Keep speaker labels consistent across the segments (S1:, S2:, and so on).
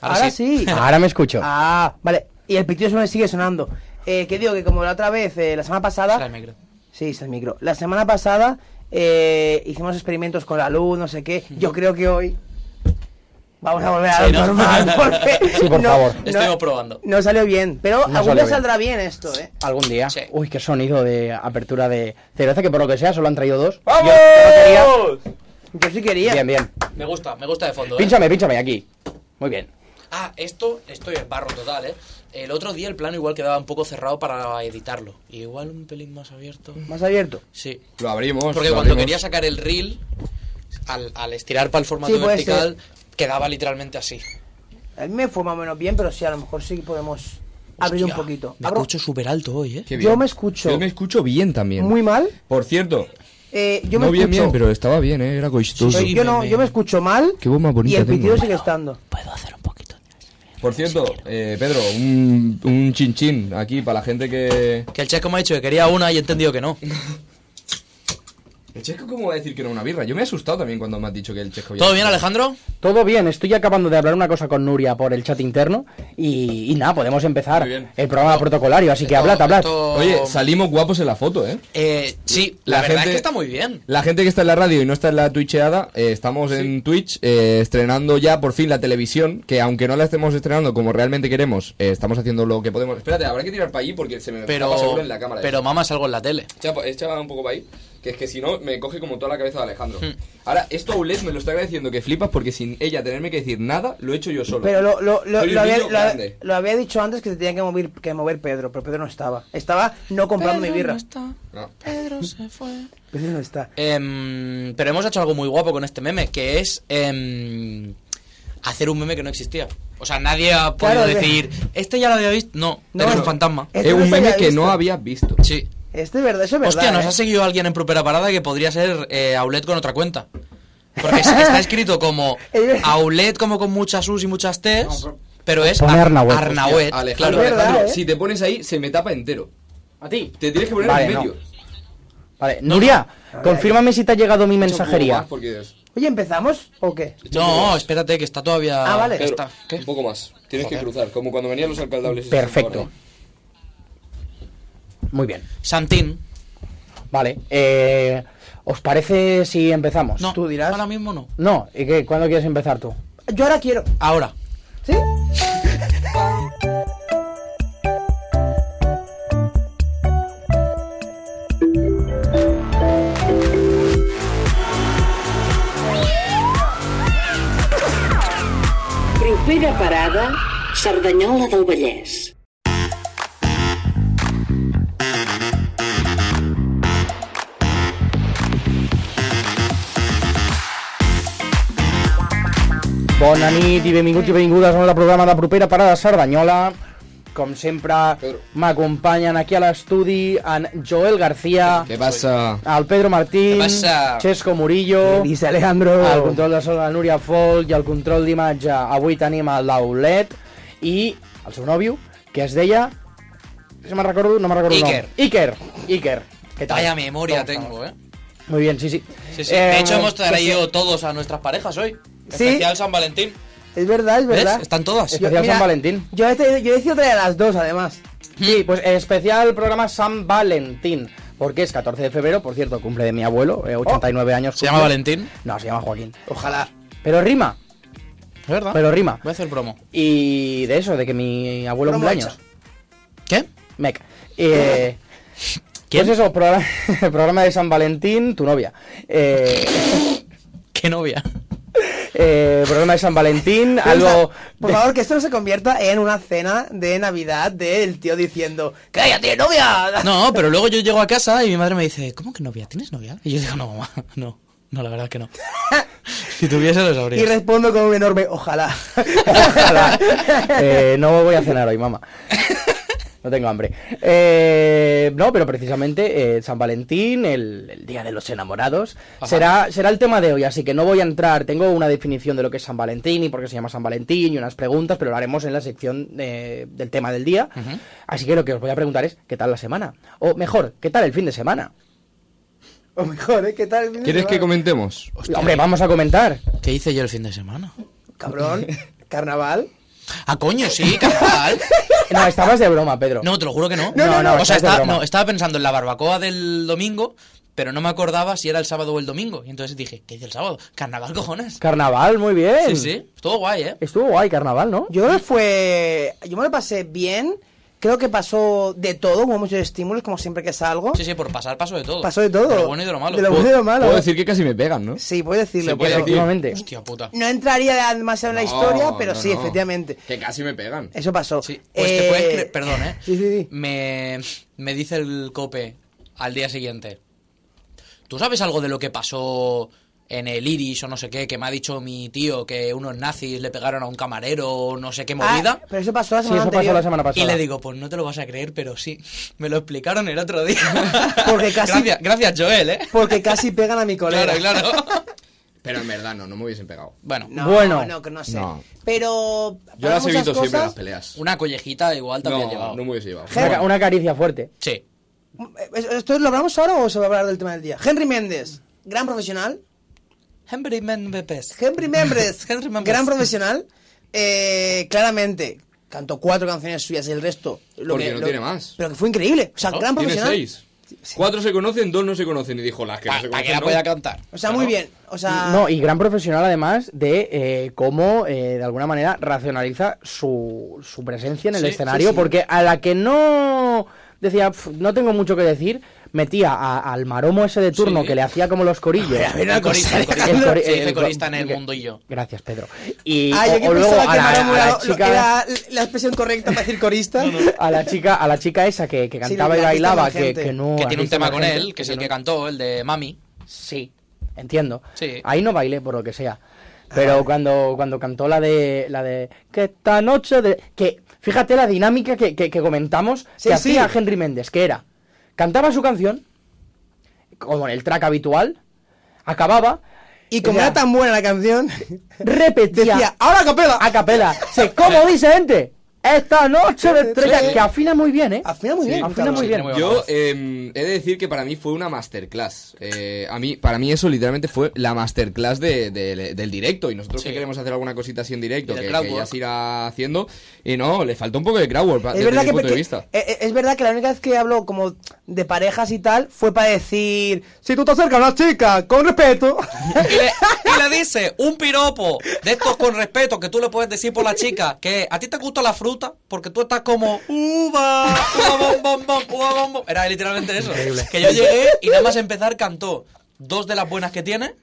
S1: Ahora sí.
S2: Ahora me escucho.
S1: Ah, vale. Y el pitido suena- sigue sonando. Eh, que digo que como la otra vez, eh, la semana pasada...
S3: Trae el micro.
S1: Sí, es el micro. La semana pasada eh, hicimos experimentos con la luz, no sé qué. Yo creo que hoy vamos a volver a lo
S3: Sí, ¿no?
S1: normal. Porque
S2: Sí, por
S1: no-
S2: favor.
S1: no-
S3: Estamos probando.
S1: No salió bien, pero
S2: No
S1: algún
S2: salió
S1: día
S2: bien.
S1: saldrá bien esto, ¿eh?
S2: Algún día.
S3: Sí.
S2: Uy, qué sonido de apertura de cerveza, que por lo que sea solo han traído dos.
S4: ¡Vamos!
S2: Yo no
S1: Yo sí
S2: quería-
S1: quería.
S2: Bien, bien.
S3: Me gusta, me gusta de fondo. ¿eh?
S2: Pínchame, pínchame aquí. Muy bien.
S3: Ah, esto, esto es barro total, ¿eh? El otro día el plano igual quedaba un poco cerrado para editarlo. Igual un pelín más abierto.
S1: Más abierto.
S3: Sí.
S4: Lo abrimos.
S3: Porque
S4: lo
S3: cuando
S4: abrimos.
S3: quería sacar el reel, al, al estirar para el formato
S1: Sí, puede
S3: vertical, quedaba literalmente así.
S1: A mí me fue más o menos bien, pero sí, a lo mejor sí podemos abrir
S3: Hostia,
S1: un poquito.
S3: Me
S1: Abro-
S3: escucho súper alto hoy, ¿eh?
S4: Qué
S1: Yo
S4: bien.
S1: me escucho
S4: Yo me escucho bien también.
S1: muy mal.
S4: Por cierto,
S1: Eh, yo me
S4: no bien
S1: escucho...
S4: bien, pero estaba bien, ¿eh? Era coistoso.
S3: soy-
S1: yo, no, yo me escucho mal
S4: Qué voz más
S1: y
S4: bonita
S1: el pitido
S4: tengo.
S1: sigue estando.
S3: Puedo hacer un poquito.
S4: Por cierto, eh, Pedro, un, un chin chin aquí para la gente que...
S3: Que el checo me ha dicho que quería una y he entendido que no.
S4: El checo, ¿cómo va a decir que era una birra? Yo me he asustado también cuando me has dicho que el checo...
S3: ¿Todo bien, Alejandro?
S2: Todo bien, estoy acabando de hablar una cosa con Nuria por el chat interno y, y nada, podemos empezar
S4: Muy bien.
S2: el programa protocolario, así que hablad, hablad.
S3: Esto-
S4: Oye, salimos guapos en la foto, ¿eh?
S3: Eh, sí, la, verdad es que está muy bien.
S4: La gente que está en la radio y no está en la Twitcheada, eh, estamos en Twitch eh, estrenando ya por fin la televisión, que aunque no la estemos estrenando como realmente queremos, eh, estamos haciendo lo que podemos. Espérate, habrá que tirar para allí porque se me escapa
S3: Pero,
S4: seguro en la cámara. ¿eh?
S3: pero mamas algo en la tele.
S4: Echa, pa- echa un poco para ahí, que es que si no me coge como toda la cabeza de Alejandro.
S3: Hmm.
S4: Ahora, esto Aulet me lo está agradeciendo que flipas porque sin ella tenerme que decir nada, lo he hecho yo solo.
S1: Pero lo, lo, lo,
S4: Soy un
S1: lo había,
S4: niño
S1: lo,
S4: grande.
S1: lo había dicho antes que se tenía que mover, que mover Pedro, pero Pedro no estaba. Estaba no comprando mi birra.
S4: No.
S3: Pedro se fue.
S1: Pedro no está.
S3: Em, pero hemos hecho algo muy guapo con este meme, que es em, hacer un meme que no existía. O sea, nadie ha podido
S1: Claro, de-
S3: decir, este ya lo había visto. No,
S1: No,
S3: eres
S1: no.
S3: un fantasma.
S1: Eh,
S4: Es
S1: Esto no
S4: un
S1: se
S4: meme
S1: había
S4: que
S1: visto.
S4: no habías visto.
S3: Sí.
S1: Este es verdad, eso es verdad.
S3: Hostia, nos
S1: ¿eh?
S3: ha seguido alguien en propera parada que podría ser eh, Aulet con otra cuenta. Porque es- está escrito como Aulet, como con muchas U's y muchas T's, pero es
S2: Pone
S3: Ar-
S2: Arnahuet.
S3: Arnahuet.
S4: Alejandro,
S3: claro.
S1: Es verdad,
S4: Alejandro,
S1: ¿eh?
S4: si te pones ahí, se me tapa entero.
S2: A ti.
S4: Te tienes que poner
S2: Vale,
S4: en
S2: no.
S4: medio.
S2: Vale, Nuria, confírmame si te ha llegado mi
S4: Un poco
S2: mensajería.
S4: más, porque es-
S1: Oye, ¿empezamos o qué?
S3: No, espérate, que está todavía.
S1: Ah, vale.
S3: que
S4: Pedro,
S3: está- ¿Qué?
S4: un poco más. Tienes
S3: Joder.
S4: que cruzar, como cuando venían los alcaldables.
S2: Perfecto. Muy bien.
S3: Santín.
S2: Vale, eh, ¿os parece si empezamos?
S1: Pues
S3: No,
S1: Tú dirás.
S3: ahora mismo no.
S2: No, ¿y qué? ¿Cuándo quieres empezar tú?
S1: Yo ahora quiero.
S3: Ahora.
S1: ¿Sí?
S5: Propera parada, Cerdanyola del Vallès.
S2: Bona nit i benvinguts i benvingudes a la programa de propera parada Cerdanyola. Com sempre,
S4: Pedro.
S2: m'acompanyen aquí a l'estudi en Joel García,
S4: ¿Qué pasa?
S2: el Pedro Martín,
S3: Què passa?
S2: Xesco Murillo,
S1: Dice Alejandro.
S2: el control de sol de la Núria Folk i el control d'imatge. Avui tenim a l'Aulet i el seu nòvio, que es deia... Si me'n recordo, no me'n recordo el nom.
S3: Iker.
S2: Iker. Iker. Què tal?
S3: Vaya memoria
S2: Com
S3: tengo, eh.
S2: estàs? Muy bien, sí, sí.
S3: Sí, sí.
S2: Eh,
S3: de hecho, hemos
S2: que
S3: traído todos a nuestras parejas hoy.
S1: Sí.
S3: Especial San Valentín.
S1: Es verdad, es
S3: ¿Ves?
S1: verdad.
S3: Están todas.
S2: Especial San Valentín.
S1: Yo, este, yo he decidido traer a las dos, además.
S2: Sí, pues especial programa San Valentín. Porque es 14 de febrero, por cierto, cumple de mi abuelo, eh, 89 años.
S3: Oh, ¿Se
S2: cumple.
S3: llama Valentín?
S2: No, se llama Joaquín.
S1: Ojalá.
S2: Pero rima,
S3: Es verdad.
S2: pero rima.
S3: Voy a hacer promo.
S2: Y de eso, de que mi abuelo
S1: Promo
S2: cumple años.
S1: hecha.
S3: ¿Qué?
S2: Mec. Eh,
S3: ¿Quién?
S2: Pues eso, programa, programa de San Valentín, tu novia. Eh,
S3: ¿Qué novia?
S2: eh, programa de San Valentín, algo...
S1: Por favor, que esto no se convierta en una cena de Navidad del tío diciendo ¡Cállate, novia!
S3: No, pero luego yo llego a casa y mi madre me dice, ¿cómo que novia? ¿Tienes novia? Y yo digo, no, mamá, no. No, la verdad es que no. Si tuviese, lo
S1: Y
S3: sabría.
S1: respondo con un enorme ojalá.
S2: Ojalá. Eh, no voy a cenar hoy, mamá. No tengo hambre. Eh, no, pero precisamente eh, San Valentín, el, el Día de los Enamorados,
S3: Ajá.
S2: será, será el tema de hoy, así que no voy a entrar. Tengo una definición de lo que es San Valentín y por qué se llama San Valentín y unas preguntas, pero lo haremos en la sección eh, del tema del día. Así que lo que os voy a preguntar es, ¿qué tal la semana? O mejor, ¿qué tal el fin de semana?
S1: o mejor, ¿eh? ¿Qué tal?
S4: ¿Quieres que comentemos?
S2: Hombre, vamos a comentar.
S3: ¿Qué hice yo el fin de semana?
S1: Cabrón, carnaval.
S3: Ah, coño, sí, carnaval.
S2: No, estabas de broma, Pedro.
S3: No, te lo juro que no.
S2: No, no, no,
S3: o sea,
S2: estás de
S3: estaba,
S2: broma.
S3: no, estaba pensando en la barbacoa del domingo, pero no me acordaba si era el sábado o el domingo. Y entonces dije, ¿qué dice el sábado? Carnaval, cojones.
S2: Carnaval, muy bien.
S1: Em.
S3: Sí, sí. Estuvo guay, ¿eh?
S2: Estuvo guay, carnaval, ¿no?
S1: Yo creo que fue. Yo me lo pasé bien. Creo que pasó de todo, hubo muchos estímulos, como siempre que salgo.
S3: Sí, sí, por pasar paso de todo.
S1: Pasó de todo.
S3: De lo bueno y de lo malo.
S1: De lo bueno y de lo malo. ¿eh?
S4: Puedo decir que casi me pegan, ¿no?
S1: Sí, puedes decirlo.
S4: Se puede
S1: pero-
S4: decir.
S2: Efectivamente.
S3: Hostia puta.
S1: No entraría demasiado en la historia,
S4: No,
S1: pero
S4: no,
S1: sí,
S4: no.
S1: efectivamente.
S4: Que casi me pegan.
S1: Eso pasó.
S3: Sí, pues te
S1: Eh,
S3: puedes creer- perdón, ¿eh?
S1: Sí, sí, sí.
S3: Me, me dice el cope al día siguiente. ¿Tú sabes algo de lo que pasó en el Iris o no sé qué? Que me ha dicho mi tío que unos nazis le pegaron a un camarero o no sé qué movida.
S1: Ah, pero eso pasó la
S2: Sí,
S1: semana
S2: eso pasó
S1: anterior.
S2: la semana pasada.
S3: Y le digo, pues no te lo vas a creer, pero sí. Me lo explicaron el otro día.
S1: Porque casi-
S3: Gracias, gracias, Joel, ¿eh?
S1: Porque casi pegan a mi colega.
S3: Claro, claro.
S4: Pero en verdad no, no me hubiesen pegado.
S3: Bueno,
S1: No,
S2: Bueno.
S1: no, que no sé.
S4: No.
S1: Pero.
S4: Yo
S1: pasan
S4: las evito
S1: muchas
S4: siempre las
S1: cosas.
S4: peleas.
S3: una collejita igual te había
S4: No,
S3: llevado.
S4: no me hubiese llevado.
S2: Una, ca- una caricia fuerte.
S3: Sí.
S1: ¿Es- ¿Esto lo hablamos ahora o se va a hablar del tema del día? Henry Méndez, gran profesional.
S3: Henry Menbepes.
S1: Henry Méndez,
S3: Henry Méndez.
S1: gran profesional. Eh, claramente, cantó cuatro canciones suyas y el resto. Lo
S4: Porque
S1: que,
S4: no
S1: lo-
S4: tiene más.
S1: Pero que fue increíble. O sea, gran
S4: Tiene
S1: profesional.
S4: seis. Cuatro se conocen, dos no se conocen. Y dijo, las que no
S3: Para
S4: se
S3: que
S4: conocen.
S3: la
S4: no.
S3: pueda cantar.
S1: O sea, muy bien. O
S3: Ah.
S1: sea,
S2: No, y gran profesional además de eh, cómo, eh, de alguna manera, racionaliza su, su presencia en el
S3: Sí,
S2: escenario, porque a la que no decía, "Pf, no tengo mucho que decir, metía a- al maromo ese de turno
S3: Sí.
S2: que le hacía como los corillos.
S1: a ver, una
S3: El corista,
S1: cosa.
S3: el corista.
S2: El cori-
S3: Se dice
S2: el co-
S3: corista en el
S2: que-
S3: mundo y yo.
S2: Gracias, Pedro. Y
S1: Ah, yo
S2: o,
S1: que
S2: o luego
S1: pensaba
S2: a
S1: que
S2: la,
S1: Mara
S2: a la
S1: Morado lo-
S2: chica...
S1: era la expresión correcta para decir corista.
S2: A la chica, a la chica esa que, que cantaba
S1: la
S2: y
S1: artista
S2: bailaba, que,
S1: emergente.
S2: que no.
S3: que tiene un tema
S2: artista
S3: con
S2: emergente,
S3: él, que es el
S2: tiene
S3: que
S2: un-
S3: cantó, el de Mami.
S2: Sí, entiendo.
S3: Sí.
S2: Ahí no bailé por lo que sea.
S1: Ah,
S2: Pero cuando, cuando cantó la de la de que esta noche de que fíjate la dinámica que, que- que comentamos
S1: Sí,
S2: que
S1: sí.
S2: hacía Henry Méndez, que era cantaba su canción como en el track habitual, acababa
S1: Y como
S2: decía,
S1: era tan buena la canción,
S2: repetía
S1: decía, "Ah". ahora capela.
S2: a capela, se, como dice gente, esta noche de estrella que afina muy bien, ¿eh?
S1: Afina muy bien,
S2: afina
S1: Carlos.
S2: muy
S1: Sí,
S2: bien.
S3: tiene muy
S4: Yo eh, he de decir que para mí fue una masterclass. Eh, a mí, para mí eso literalmente fue la masterclass de- de- del directo. Y nosotros
S3: Sí.
S4: que queremos hacer alguna cosita así en directo,
S3: Y del
S4: que,
S3: crowd
S4: que ya
S3: work.
S4: se irá haciendo. Y no, le faltó un poco de crowd work pa-
S1: Es
S4: desde
S1: verdad,
S4: mi
S1: que,
S4: punto de
S1: que-
S4: vista.
S1: eh, eh, es verdad que la única vez que hablo como de parejas y tal fue para decir, si tú te acercas a una chica, con respeto.
S3: Y le, y le dice un piropo de estos con respeto que tú le puedes decir por la chica que a ti te gusta la fruta porque tú estás como uva, uva, bom, bom, bom, uva, bom, bom. Era literalmente eso. Que yo llegué y nada más empezar cantó dos de las buenas que tiene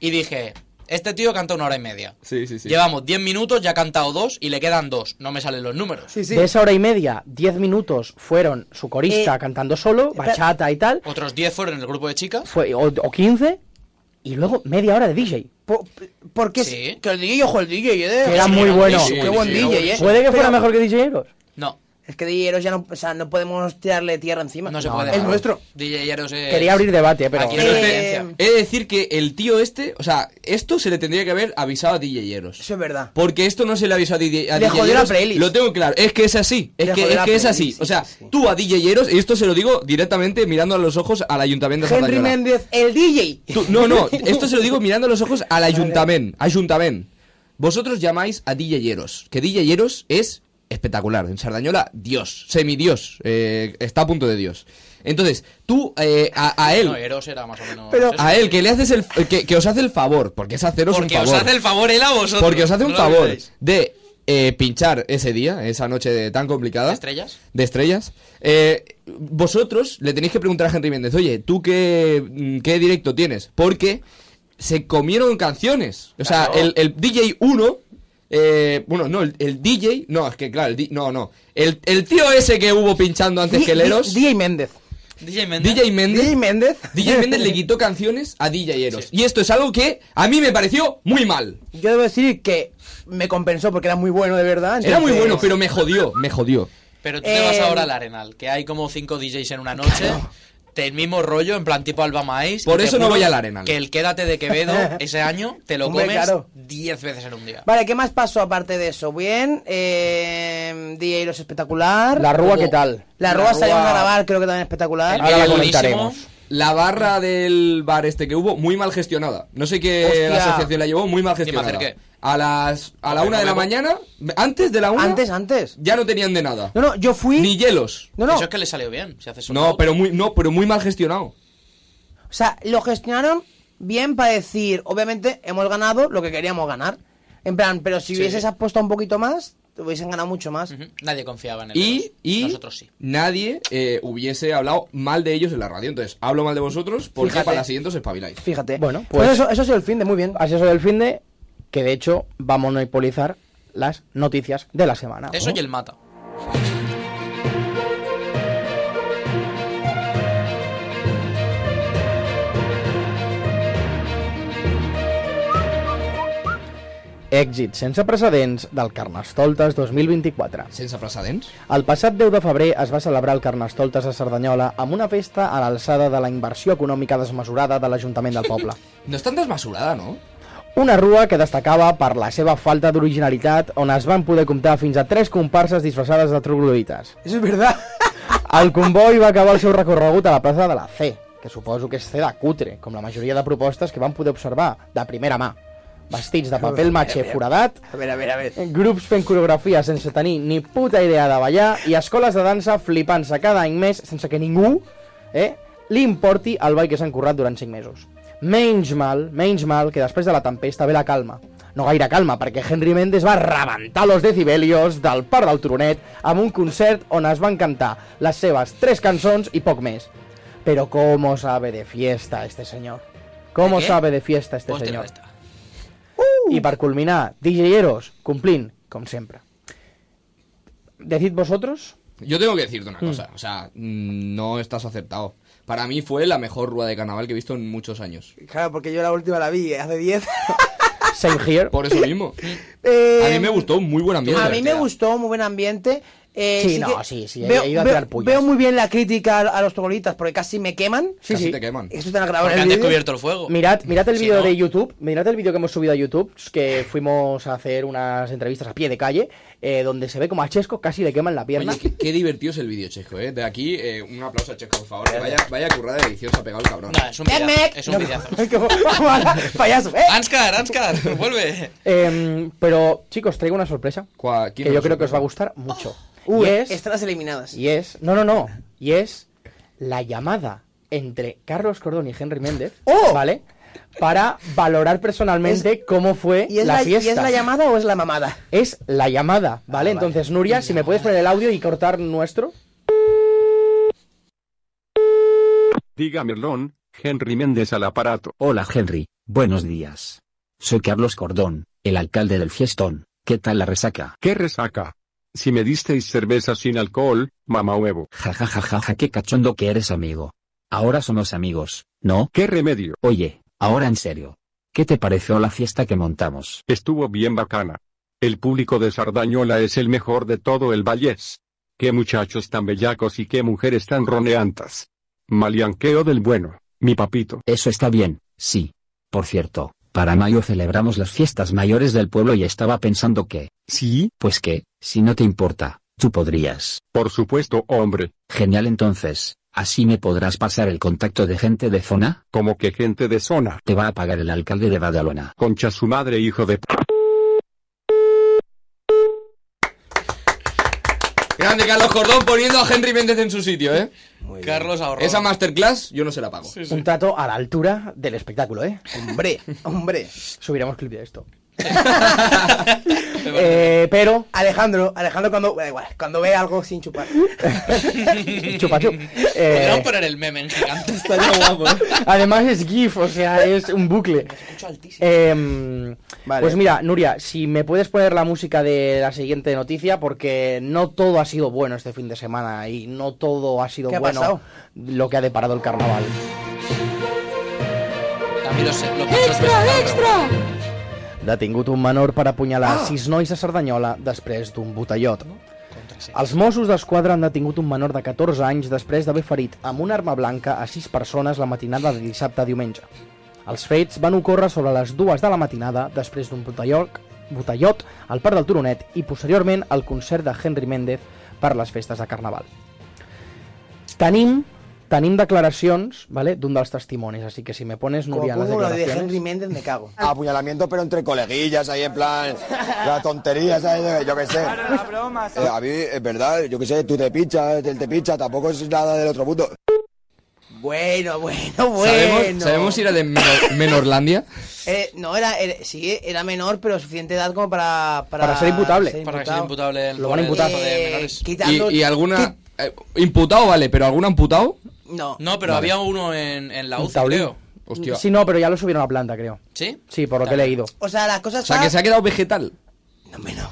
S3: y dije, este tío canta una hora y media.
S4: Sí, sí, sí.
S3: Llevamos 10 minutos, ya ha cantado dos y le quedan dos. No me salen los números.
S1: sí, sí.
S2: De esa hora y media, 10 minutos fueron su corista
S1: Eh,
S2: cantando solo,
S1: espera.
S2: bachata y tal.
S3: Otros 10 fueron en el grupo de chicas.
S2: fue o, o 15 y luego media hora de DJ.
S1: Po- porque es-
S3: Sí.
S1: que el DJ, ojo, el DJ, eh,
S2: Que era
S1: sí,
S2: muy bueno.
S4: buenísimo,
S1: Qué buen
S4: buenísimo.
S1: DJ, eh.
S2: Puede que fuera
S1: Pero
S2: mejor que DJ Eros.
S3: No,
S1: Es que DJeros ya no, o sea, no podemos tirarle tierra encima.
S3: no se puede.
S1: Es nuestro.
S3: DJ Eros es-
S2: Quería abrir debate, pero
S3: Aquí no hay
S1: Eh,
S3: diferencia.
S4: He de decir que el tío este, o sea, esto se le tendría que haber avisado a DJ Eros.
S1: Eso es verdad.
S4: Porque esto no se le avisó a DJ a
S1: Le
S4: DJ
S1: jodió la
S4: Eros.
S1: playlist.
S4: Lo tengo claro. Es que es así. Es
S1: Le
S4: que,
S1: jodió
S4: es,
S1: la
S4: que es
S1: playlist,
S4: así.
S1: sí,
S4: O sea,
S1: sí, sí.
S4: tú a DJ Eros, y esto se lo digo directamente mirando a los ojos al ayuntamiento de Santa
S1: Henry
S4: Clara.
S1: Méndez, el DJ.
S4: Tú- no, no. Esto se lo digo mirando a los ojos al ayuntamiento. Ayuntamiento. Vosotros llamáis a DJ Eros. Que DJ Eros es espectacular. En Sardañola, Dios. Semidios. Eh, está a punto de Dios. Entonces, tú eh, a, a él.
S3: No, Eros era más o menos.
S1: Pero-
S3: eso.
S4: A él, que le haces el. Que, que os hace el favor, porque es haceros
S3: Porque
S4: un
S3: os
S4: favor.
S3: hace el favor él a vosotros.
S4: Porque os hace un
S3: No lo
S4: favor
S3: olvidéis.
S4: de eh, pinchar ese día, esa noche de- tan complicada.
S3: ¿De estrellas?
S4: De estrellas. Eh, vosotros le tenéis que preguntar a Henry Méndez, oye, ¿tú qué, mm, qué directo tienes? Porque se comieron canciones. O sea,
S3: Claro.
S4: el, el DJ 1... eh, bueno, no, el, el DJ... No, es que claro, el di- no, no. El, el tío ese que hubo pinchando antes que Leros...
S1: DJ Méndez.
S3: DJ Mendes.
S4: DJ Méndez...
S1: DJ Méndez.
S4: DJ Méndez le quitó canciones a DJ Eros. Y esto es algo que a mí me pareció muy mal.
S1: Yo debo decir que me compensó porque era muy bueno, de verdad.
S4: Era muy
S1: entonces-
S4: bueno, pero me jodió, me jodió.
S3: Pero tú te vas
S1: Eh,
S3: ahora al Arenal, que hay como cinco DJs en una noche. Del mismo rollo, en plan tipo Alba Maíz.
S4: Por
S3: y te
S4: eso no
S3: juro
S4: voy al Arenal.
S3: Que el quédate de Quevedo ese año te lo
S1: Hombre,
S3: comes
S1: claro.
S3: 10 veces en un día.
S1: Vale, ¿qué más pasó aparte de eso? Bien, eh, DJ Los espectacular.
S2: la rúa,
S3: Hubo-
S2: ¿qué tal?
S1: La
S3: La
S1: Roa salimos
S3: Rúa-
S1: a grabar, creo que también espectacular.
S2: Ahora la
S3: vídeo buenísimo.
S2: comentaremos.
S4: La barra del bar este que hubo, muy mal gestionada. No sé qué
S1: Hostia.
S4: la asociación la llevó, muy mal gestionada.
S3: acerqué.
S4: A las a la
S3: Hombre,
S4: una de la
S3: hombre.
S4: mañana, antes de la una,
S1: Antes, antes.
S4: ya no tenían de nada.
S1: No, no, yo fui.
S4: Ni hielos.
S1: No, no.
S3: Eso es que le salió bien. Si haces un
S4: No,
S3: out.
S4: pero muy, no, pero muy mal gestionado.
S1: O sea, lo gestionaron bien para decir, obviamente hemos ganado lo que queríamos ganar. En plan, pero si
S3: Sí.
S1: hubieses apostado un poquito más, te hubiesen ganado mucho más.
S3: Ujú. Nadie confiaba en él.
S4: Y, y
S3: Nosotros sí.
S4: nadie eh, hubiese hablado mal de ellos en la radio. Entonces, hablo mal de vosotros porque
S1: Fíjate.
S4: para la siguiente os espabiláis.
S1: Fíjate.
S2: Bueno, pues-
S1: eso, eso ha sido el fin de muy bien.
S2: Así es el fin de que de hecho va a monopolizar las noticias de la semana.
S3: Eso
S2: ¿no?
S3: y el mata.
S2: Èxit sense precedents del Carnestoltes 2024.
S4: Sense precedents.
S2: El passat 10 de febrer es va celebrar el Carnestoltes a Cerdanyola amb una festa a l'alçada de la inversió econòmica desmesurada de l'Ajuntament del poble.
S4: No es tan desmesurada, ¿no?
S2: Una rua que destacava per la seva falta d'originalitat, on es van poder comptar fins a tres comparses disfressades de troglodites.
S1: Eso es verdad.
S2: El comboi va acabar el seu recorregut a la plaça de la C, que suposo que és C de cutre, com la majoria de propostes que van poder observar de primera mà. Vestits de paper matxe foradat,
S1: A ver, a ver, a ver.
S2: grups fent coreografia sense tenir ni puta idea de ballar i escoles de dansa flipant-se cada any més sense que ningú eh, li importi el ball que s'han currat durant 5 mesos. Menys mal, menys mal que després de la tempesta ve la calma. No gaire calma, perquè Henry Mendes va rebentar los decibelios del Parc del Turonet amb un concert on es van cantar les seves tres cançons i poc més. Pero cómo sabe de fiesta este señor. Cómo
S3: ¿De qué?
S2: sabe de fiesta este
S3: Pues te
S2: señor.
S3: resta.
S2: Y para culminar, DJeros, cumplint, com sempre. Decid vosotros,
S4: Yo tengo que decirte una cosa. O sea, mm, no estás aceptado. Para mí fue la mejor rueda de carnaval que he visto en muchos años.
S1: Eh, Claro, porque yo la última la vi eh, hace 10.
S2: same here.
S4: Por eso mismo. A mí me gustó, muy buen ambiente.
S1: A mí me gustó, muy buen ambiente. Eh,
S2: Sí,
S1: que
S2: no, sí, sí,
S1: Veo,
S2: he ido a
S1: veo-
S2: tirar pullas.
S1: veo muy bien la crítica a, a los trogolitas porque casi me queman.
S4: Sí, Casi sí. te queman.
S1: Esto está grabado
S3: Porque
S1: en el
S3: han
S1: vídeo.
S3: descubierto el fuego.
S2: Mirad, mirad el
S3: Si
S2: vídeo
S3: no-
S2: de YouTube, mirad el vídeo que hemos subido a YouTube, que fuimos a hacer unas entrevistas a pie de calle, eh, donde se ve como a Chesco casi le queman la pierna.
S4: Oye, qué, qué divertido es el vídeo, Checo, ¿eh? De aquí, eh, un aplauso a Checo, por favor. que Vaya, vaya currada de edición se ha pegado el cabrón.
S3: No, es un
S1: Mec,
S3: vidazo.
S1: mec.
S3: Es un
S1: No,
S3: vidazo.
S1: como- como ahora, payaso, ¿eh?
S3: Ansgar, Ansgar, vuelve.
S2: Em, pero, chicos, traigo una sorpresa
S4: Cua-
S2: que
S4: ¿quién
S2: yo
S4: nos
S2: creo que os va a
S4: sorprende?
S2: gustar mucho.
S1: Uy,
S2: y es,
S1: están las eliminadas.
S2: y es, no, no, no, y es la llamada entre Carlos Cordón y Henry Méndez,
S1: ¡Oh!
S2: ¿vale? Para valorar personalmente cómo fue
S1: ¿Y es
S2: la,
S1: la, Ah, y es
S2: fiesta.
S1: la llamada o es la mamada?
S2: es la llamada, ¿vale? Entonces, Nuria, si me puedes poner el audio y cortar nuestro.
S6: Diga Merlón, Henry Méndez al aparato.
S7: Hola Henry, buenos días. Soy Carlos Cordón, el alcalde del fiestón. ¿Qué tal la resaca?
S6: ¿Qué resaca? Si me disteis cerveza sin alcohol, mamá huevo.
S7: Ja ja ja ja ja, qué cachondo que eres amigo. Ahora somos amigos, ¿no?
S6: ¿Qué remedio?
S7: Oye, ahora en serio. ¿Qué te pareció la fiesta que montamos?
S6: Estuvo bien bacana. El público de Sardañola es el mejor de todo el Vallés. Qué muchachos tan bellacos y qué mujeres tan roneantas. Malianqueo del bueno, mi papito.
S7: Eso está bien, sí. Por cierto, para mayo celebramos las fiestas mayores del pueblo y estaba pensando que,
S6: Sí,
S7: pues que, si no te importa, tú podrías.
S6: por supuesto, hombre.
S7: Genial entonces, así me podrás pasar el contacto de gente de zona,
S6: Como que gente de zona.
S7: te va a pagar el alcalde de Badalona.
S6: Concha su madre, hijo de... p-
S4: Grande Carlos Cordón poniendo a Henry Méndez en su sitio, ¿eh?
S3: Carlos ahorró.
S4: Esa masterclass yo no se la pago.
S2: Un trato a la altura del espectáculo, ¿eh?
S1: Hombre, hombre.
S2: Subiremos clip de esto. Eh, pero,
S1: Alejandro, Alejandro cuando... Da igual, cuando ve algo sin chupar.
S2: chupa chup.
S3: Podríamos
S2: Eh,
S3: poner el meme en gigante.
S2: además es GIF, o sea, es un bucle. Eh,
S1: Vale.
S2: Pues mira, Nuria, si me puedes poner la música de la siguiente noticia, porque no todo ha sido bueno este fin de semana y no todo ha sido
S1: ¿Qué ha
S2: bueno
S1: pasado?
S2: lo que ha deparado el carnaval.
S3: También lo sé. Lo ¡Extra, extra!
S2: Detingut un menor per apunyalar
S1: Ah!
S2: sis nois a Cerdanyola després d'un botellot. Els Mossos d'Esquadra han detingut un menor de 14 anys després d'haver ferit amb una arma blanca a sis persones la matinada de dissabte a diumenge. Els fets van ocórrer sobre les dues de la matinada després d'un botellot, botellot al Parc del Turonet i posteriorment al concert de Henry Méndez per les festes de Carnaval. Tenim tenim declaracions, vale, d'un dels testimonis, així que si me pones,
S1: Como
S2: Núria, en les
S1: pongo lo de
S2: declaracions...
S1: Henry Méndez, me cago.
S8: Apuñalamiento, pero entre coleguillas, ahí en plan. La tontería, ¿sabes? Yo qué sé. Eh, a mí, es verdad, yo qué sé, tú te pichas, él te picha, tampoco es nada del otro mundo.
S1: Bueno, bueno, bueno.
S4: ¿Sabemos, ¿Sabemos si era de Menor- Menorlandia?
S1: Eh, no, era, era- sí, era menor, pero suficiente edad como para... Para,
S2: Para ser imputable.
S3: Para que sea imputable el
S2: Lo van a imputar.
S3: delito de
S1: Eh,
S3: menores.
S1: quitando-
S4: ¿Y, y alguna.
S1: qui-
S4: eh, imputado, vale, pero ¿alguna imputado?
S1: No.
S3: No, pero había uno en, en la
S2: Un
S3: UCI,
S2: taulín.
S3: creo.
S4: Hostia.
S2: Sí, no, pero ya lo subieron a planta, creo.
S3: ¿Sí?
S2: Sí, por lo que he leído.
S1: O sea, las cosas
S4: O sea, que se ha quedado vegetal.
S1: No, hombre, no.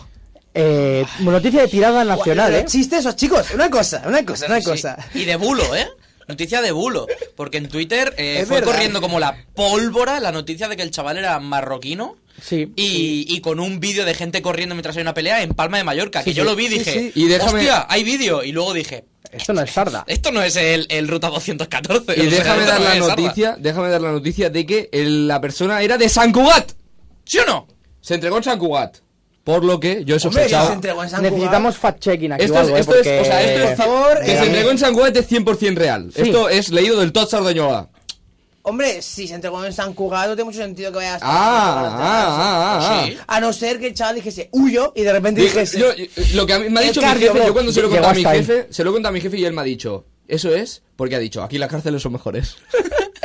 S2: Eh, noticia de tirada nacional,
S1: Pero
S2: ¿eh?
S1: Chistes esos chicos. Una cosa, una cosa, una
S3: Sí.
S1: cosa.
S3: Y de bulo, ¿eh? Noticia de bulo. Porque en Twitter eh,
S1: Es
S3: fue
S1: verdad.
S3: corriendo como la pólvora la noticia de que el chaval era marroquino.
S2: Sí.
S3: Y, y con un vídeo de gente corriendo mientras hay una pelea en Palma de Mallorca. que
S2: Sí,
S3: yo
S2: sí.
S3: lo vi y
S2: Sí,
S3: dije,
S2: sí.
S4: Y déjame-
S3: hostia, hay vídeo. Y luego dije,
S2: Esto no es sarda.
S3: esto no es el, el Ruta 214. o
S4: Y
S3: sea,
S4: déjame
S3: esto
S4: dar
S3: no
S4: la
S3: es Arba.
S4: noticia, déjame dar la noticia de que el- la persona era de San Cugat.
S3: ¿Sí o no?
S4: Se entregó en San Cugat. Por lo que yo he
S1: Hombre,
S4: sospechado.
S1: se entregó en San Cugat.
S2: Necesitamos fact-checking aquí
S4: Esto
S2: o
S4: es,
S2: algo, ¿eh?
S4: esto es-
S2: Porque-
S4: o sea, esto es,
S1: Por favor,
S4: que
S1: eh,
S4: se entregó en San Cugat es 100% real.
S2: Sí.
S4: Esto es leído del Todd Sardañola.
S1: Hombre, si se entregó en San Cugat, no tiene mucho sentido que vayas...
S4: Ah, ah, ah, ah.
S3: Sí.
S1: A no ser que el chaval dijese, huyo, y de repente
S4: Digo,
S1: dijese...
S4: yo- yo- lo que a mí- me ha
S1: El
S4: dicho mi
S1: cardio,
S4: jefe,
S1: bro.
S4: yo cuando se lo he
S2: Llegó
S4: contado a mi
S2: hasta ahí.
S4: jefe, se lo he contado a mi jefe y él me ha dicho, eso es porque ha dicho, aquí las cárceles son mejores.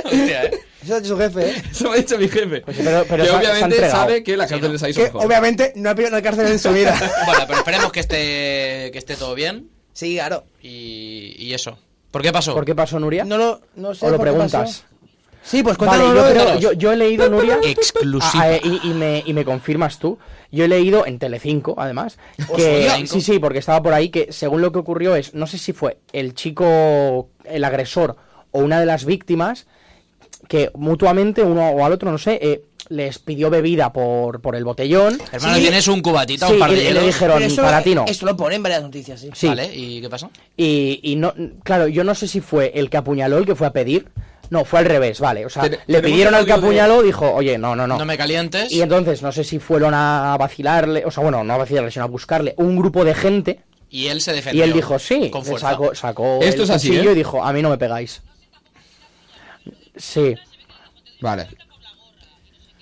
S3: Hostia, ¿eh?
S1: Eso es su jefe, ¿eh?
S4: Eso me ha dicho mi jefe.
S2: Pues sí, pero- pero
S4: que
S2: se ha- se ha
S4: obviamente
S2: entregado.
S4: sabe que las cárceles ahí son
S1: Que
S4: mejores.
S1: obviamente no ha pillado la cárcel en su vida.
S3: Bueno, pero esperemos que esté, que esté todo bien.
S1: sí, claro.
S3: Y, y eso. ¿Por qué pasó?
S2: ¿Por qué pasó, Nuria?
S1: No lo, no sé
S2: ¿O lo
S1: por qué
S2: preguntas?
S1: pasó. Sí, pues
S2: Vale,
S1: cuéntanos.
S2: yo, creo- yo- yo he leído, Nuria...
S3: Exclusiva.
S2: Ah, ah, eh, y, y me, y me confirmas tú. Yo he leído en Telecinco, además, que...
S3: Hostia.
S2: sí, sí, porque estaba por ahí, que según lo que ocurrió es... No sé si fue el chico, el agresor o una de las víctimas que mutuamente uno o al otro, no sé, eh, les pidió bebida por, por el botellón.
S3: Hermano,
S1: Sí.
S3: ¿tienes un cubatita,
S2: Sí,
S3: un par
S2: y
S3: de
S2: le, le
S3: hielos?
S2: dijeron, para ti no.
S1: Eso lo pone en varias noticias, sí.
S2: Sí.
S3: Vale, ¿y qué pasó?
S2: Y, y no, claro, yo no sé si fue el que apuñaló el que fue a pedir. No, fue al revés, vale. O sea,
S4: Tene-
S2: le
S4: tenemos
S2: pidieron
S4: el
S2: al que
S4: audio de-
S2: apuñaló, dijo, oye, no, no,
S3: No,
S2: no.
S3: me calientes.
S2: Y
S3: Y,
S2: entonces, no sé si fueron a vacilarle, o sea, bueno, no a vacilarle, sino a buscarle un grupo de gente.
S3: él se defendió.
S2: Y él dijo, sí,
S3: Eh, Con
S2: le
S3: fuerza.
S2: sacó, sacó
S4: Esto es
S2: el
S4: así,
S2: cuchillo
S4: ¿eh?
S2: y dijo, a mí no me pegáis. Sí,
S4: Vale.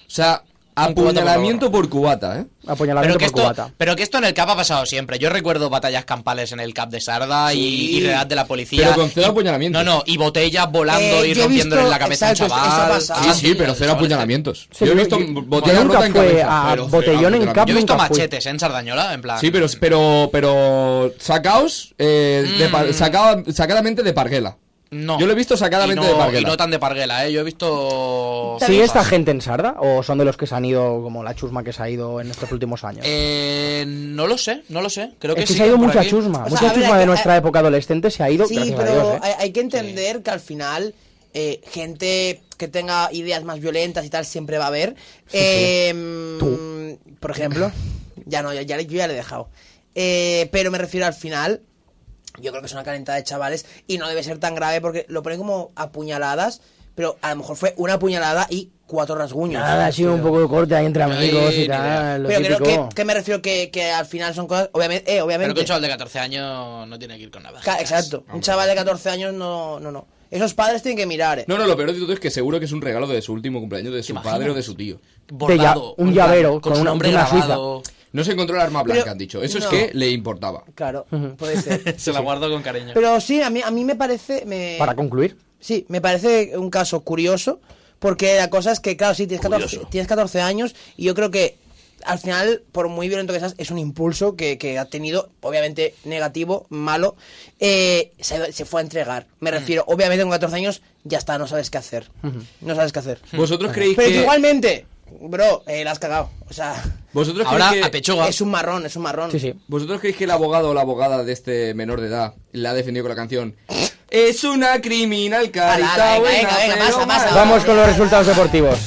S4: O sea,
S3: Un cubata por
S4: apuñalamiento por cubata, ¿eh?
S2: apuñalamiento
S3: Pero
S2: por
S3: que, esto,
S2: cubata.
S3: pero que esto en el CAP ha pasado siempre. Yo recuerdo batallas campales en el CAP de Sarda y-
S4: Sí.
S3: y, redadas de la policía.
S4: Pero con cero
S3: Y-
S4: apuñalamientos.
S3: No, no, y botellas volando
S1: Eh,
S3: y
S1: yo he
S3: rompiéndole
S1: visto-
S3: la cabeza
S1: exacto,
S3: a un
S1: eso ha
S3: chaval.
S1: pasado.
S4: Sí,
S1: Ah,
S4: sí, pero cero
S3: chaval,
S4: apuñalamientos. yo
S2: Sí,
S4: he
S2: pero
S4: visto
S2: yo-
S4: botella
S2: yo nunca
S4: rota en
S2: fue
S4: cabeza.
S2: a
S4: pero
S2: botellón
S4: cero
S2: en
S4: apuñalamientos.
S2: campo.
S3: Yo he visto
S2: Nunca fui.
S3: machetes ¿eh? en Sardañola, en plan.
S4: Sí, pero, pero, pero sacaos eh, de
S3: Mm.
S4: par- saca- sacadamente de Parguela.
S3: No.
S4: Yo lo he visto sacadamente
S3: Y no-
S4: de Parguela.
S3: Y no tan de parguela, ¿eh? Yo he visto.
S2: ¿Sigue esta gente en Sarda? ¿O son de los que se han ido, como la chusma que se ha ido en estos últimos años?
S3: Eh, no lo sé, no lo sé. Creo que,
S2: Es que
S3: sí,
S2: se ha ido
S3: por
S2: mucha
S3: aquí.
S1: O sea,
S2: chusma,
S1: a
S2: mucha
S1: ver,
S2: chusma
S1: hay
S2: de
S1: que-
S2: nuestra época adolescente se ha ido,
S1: Sí,
S2: gracias a
S1: pero
S2: Dios, ¿eh?
S1: hay, hay que entender que al final eh, gente que tenga ideas más violentas y tal siempre va a haber. Eh, Por ejemplo, ya no, ya, ya- yo ya le he dejado. Eh, pero me refiero al final, yo creo que es una calentada de chavales y no debe ser tan grave porque lo ponen como apuñaladas, pero a lo mejor fue una apuñalada y cuatro rasguños.
S2: Nada, ha sido un poco de corte ahí entre amigos
S3: ni
S2: y
S3: idea.
S2: tal, lo
S1: pero creo
S2: típico.
S1: que, que me refiero que, que al final son cosas, obviamente, eh, obviamente.
S3: Pero que un chaval de 14 años no tiene que ir con nada.
S1: Ca- Exacto. Un chaval de 14 años no, no, no. Esos padres tienen que mirar. eh.
S4: No, no, lo peor de todo es que seguro que es un regalo de su último cumpleaños, de su padre o de su tío.
S2: ya- un llavero con
S3: su
S2: una-
S3: nombre
S2: una suiza.
S3: grabado.
S4: No se encontró el arma blanca,
S1: Pero-
S4: han dicho. Eso
S1: no.
S4: es que le importaba.
S1: Claro, puede ser.
S3: Se la guardo con cariño.
S1: Pero sí, a mí, a mí me parece... Me...
S2: Para concluir,
S1: Sí, me parece un caso curioso, porque la cosa es que, claro, sí, tienes 14, tienes 14 años y yo creo que al final, por muy violento que seas, es un impulso que, que ha tenido, obviamente negativo, malo, eh, se, se fue a entregar.
S3: Mm.
S1: Me refiero, obviamente con 14 años ya está, no sabes qué hacer. No sabes qué hacer.
S3: Hmm.
S4: ¿Vosotros creéis
S1: Pero que
S4: que...
S1: igualmente, bro, eh, la has cagado. O sea,
S4: ¿Vosotros
S3: Ahora
S4: creéis
S3: a
S4: que...
S3: pechuga.
S1: es un marrón, es un marrón.
S2: sí, sí.
S4: ¿Vosotros creéis que el abogado o la abogada de este menor de edad la ha defendido con la canción? Es una criminal carita
S1: Ala, ala, venga,
S4: buena,
S1: venga,
S4: pero
S1: pasa, pasa.
S4: mala".
S2: Vamos con los resultados deportivos.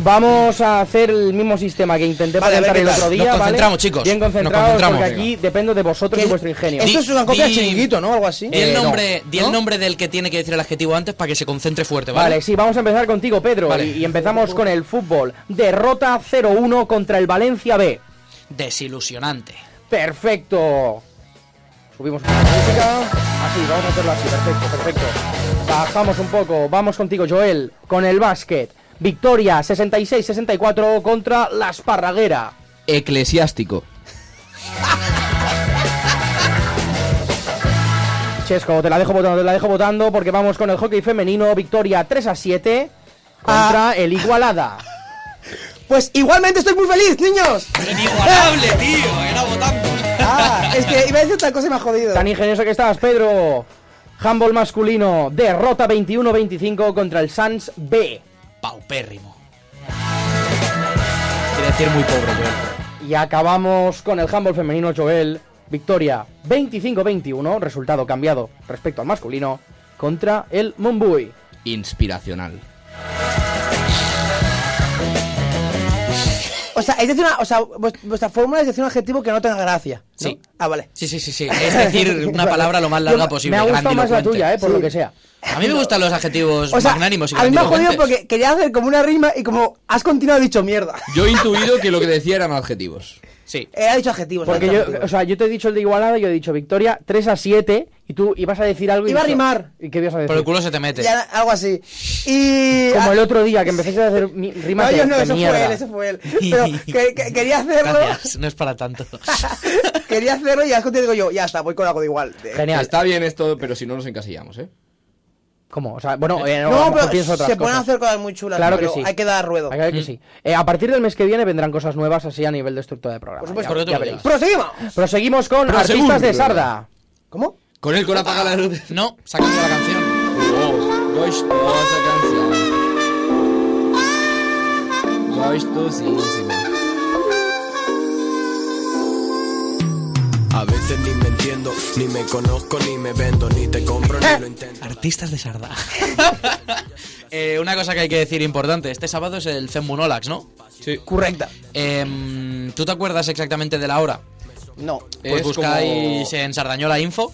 S2: Vamos a hacer el mismo sistema que intenté
S1: Vale, a ver
S2: presentar
S1: qué
S2: el
S1: tal.
S2: otro día.
S3: Nos
S2: ¿vale?
S3: concentramos, chicos.
S2: Bien
S3: Nos
S2: concentrados,
S3: concentramos.
S2: porque aquí dependo de vosotros y
S1: ¿Qué-
S2: vuestro ingenio.
S1: esto
S3: Di-
S1: es una copia de
S3: di-
S1: chiringuito, ¿no? Algo así.
S3: Di
S1: Eh,
S3: el
S1: no,
S3: nombre, di el
S1: ¿no?
S3: nombre del que tiene que decir el adjetivo antes para que se concentre fuerte,
S2: Vale,
S3: ¿vale?
S2: sí, vamos a empezar contigo, Pedro.
S3: Vale.
S2: Y, y empezamos con el fútbol. Derrota 0-1 contra el Valencia B.
S3: Desilusionante.
S2: Perfecto. Subimos un poco la música. Así, vamos a hacerlo así. Perfecto, perfecto. Bajamos un poco. Vamos contigo, Joel, con el básquet. Victoria 66-64 contra la Esparraguera.
S4: Eclesiástico.
S2: Chesco, te la dejo votando, te la dejo votando porque vamos con el hockey femenino. Victoria 3 a 7 contra el Igualada.
S1: Pues igualmente estoy muy feliz, niños.
S3: Inigualable, tío. Era votando.
S1: Ah, es que iba a decir otra cosa y me ha jodido.
S2: Tan ingenioso que estás, Pedro. Handball masculino, derrota 21-25 contra el Sans B.
S3: Paupérrimo. Quiere decir muy pobre, yo.
S2: Y acabamos con el handball femenino, Joel. Victoria 25-21, resultado cambiado respecto al masculino, contra el Mumbai.
S4: Inspiracional.
S1: O sea, es decir, una, o sea, vues- vuestra fórmula es decir un adjetivo que no tenga gracia. ¿no?
S3: Sí.
S1: Ah, vale.
S3: Sí, sí, sí, sí. Es decir, una palabra lo más larga
S2: Yo-
S3: posible.
S2: Me
S3: Pues
S2: ha gustado más la
S3: grandilocuente.
S2: tuya, eh, por lo que sea.
S3: A mí me gustan los adjetivos
S1: O sea,
S3: magnánimos y
S1: a mí me ha jodido
S3: grandilocuentes.
S1: porque quería hacer como una rima y como has continuado he dicho mierda.
S4: Yo he intuido que lo que decía eran adjetivos.
S3: Sí.
S1: Eh, ha dicho adjetivos.
S2: Porque
S1: ha dicho
S2: yo,
S1: adjetivos.
S2: o sea, yo te he dicho el de Igualada, yo he dicho Victoria 3 a 7 y tú ibas a decir algo y
S1: Iba a
S2: dicho-
S1: rimar.
S2: ¿Y qué ibas a decir?
S3: Por el culo se te mete.
S1: Ya, algo así. Y.
S2: Como
S1: ah,
S2: el otro día que empezaste a hacer mi- rimas
S1: no,
S2: de,
S1: yo no,
S2: de
S1: eso
S2: mierda.
S1: fue él, eso fue él. Pero que- que- quería hacerlo.
S3: Gracias, no es para tanto.
S1: quería hacerlo y has continuado digo yo, ya está, voy con algo de igual. Eh,
S2: Genial.
S4: Está bien esto, pero si no nos encasillamos, ¿eh?
S2: ¿Cómo? O sea, bueno, eh, a lo
S1: No,
S2: mejor
S1: pero
S2: pienso
S1: se
S2: otras
S1: pueden
S2: cosas.
S1: hacer Mm. cosas muy chulas,
S2: Claro
S1: pero
S2: que sí.
S1: hay que dar ruedo.
S2: Hay que sí. Eh, a partir del mes que viene vendrán cosas nuevas así a nivel de estructura de programa.
S1: Por supuesto.
S2: Ya-
S3: Porque tú
S2: ya
S3: lo
S2: veréis.
S1: ¡Proseguimos!
S2: Proseguimos con
S4: Prosegur.
S2: artistas de Sarda.
S1: ¿Cómo?
S4: Con él, con apagar la luz.
S3: No, sacamos la canción.
S4: Oh, gosto da canção. Gostosísimo.
S9: A veces ni me entiendo, ni me conozco, ni me vendo, ni te compro, ni lo intento.
S3: Artistas de Sardá. Eh, una cosa que hay que decir importante. Este sábado es el Femmunolax, ¿no?
S4: Sí.
S1: Correcta.
S3: Em, ¿Tú te acuerdas exactamente de la hora?
S1: No.
S4: Es
S3: Pues buscáis eh,
S4: como-
S3: en Sardañola Info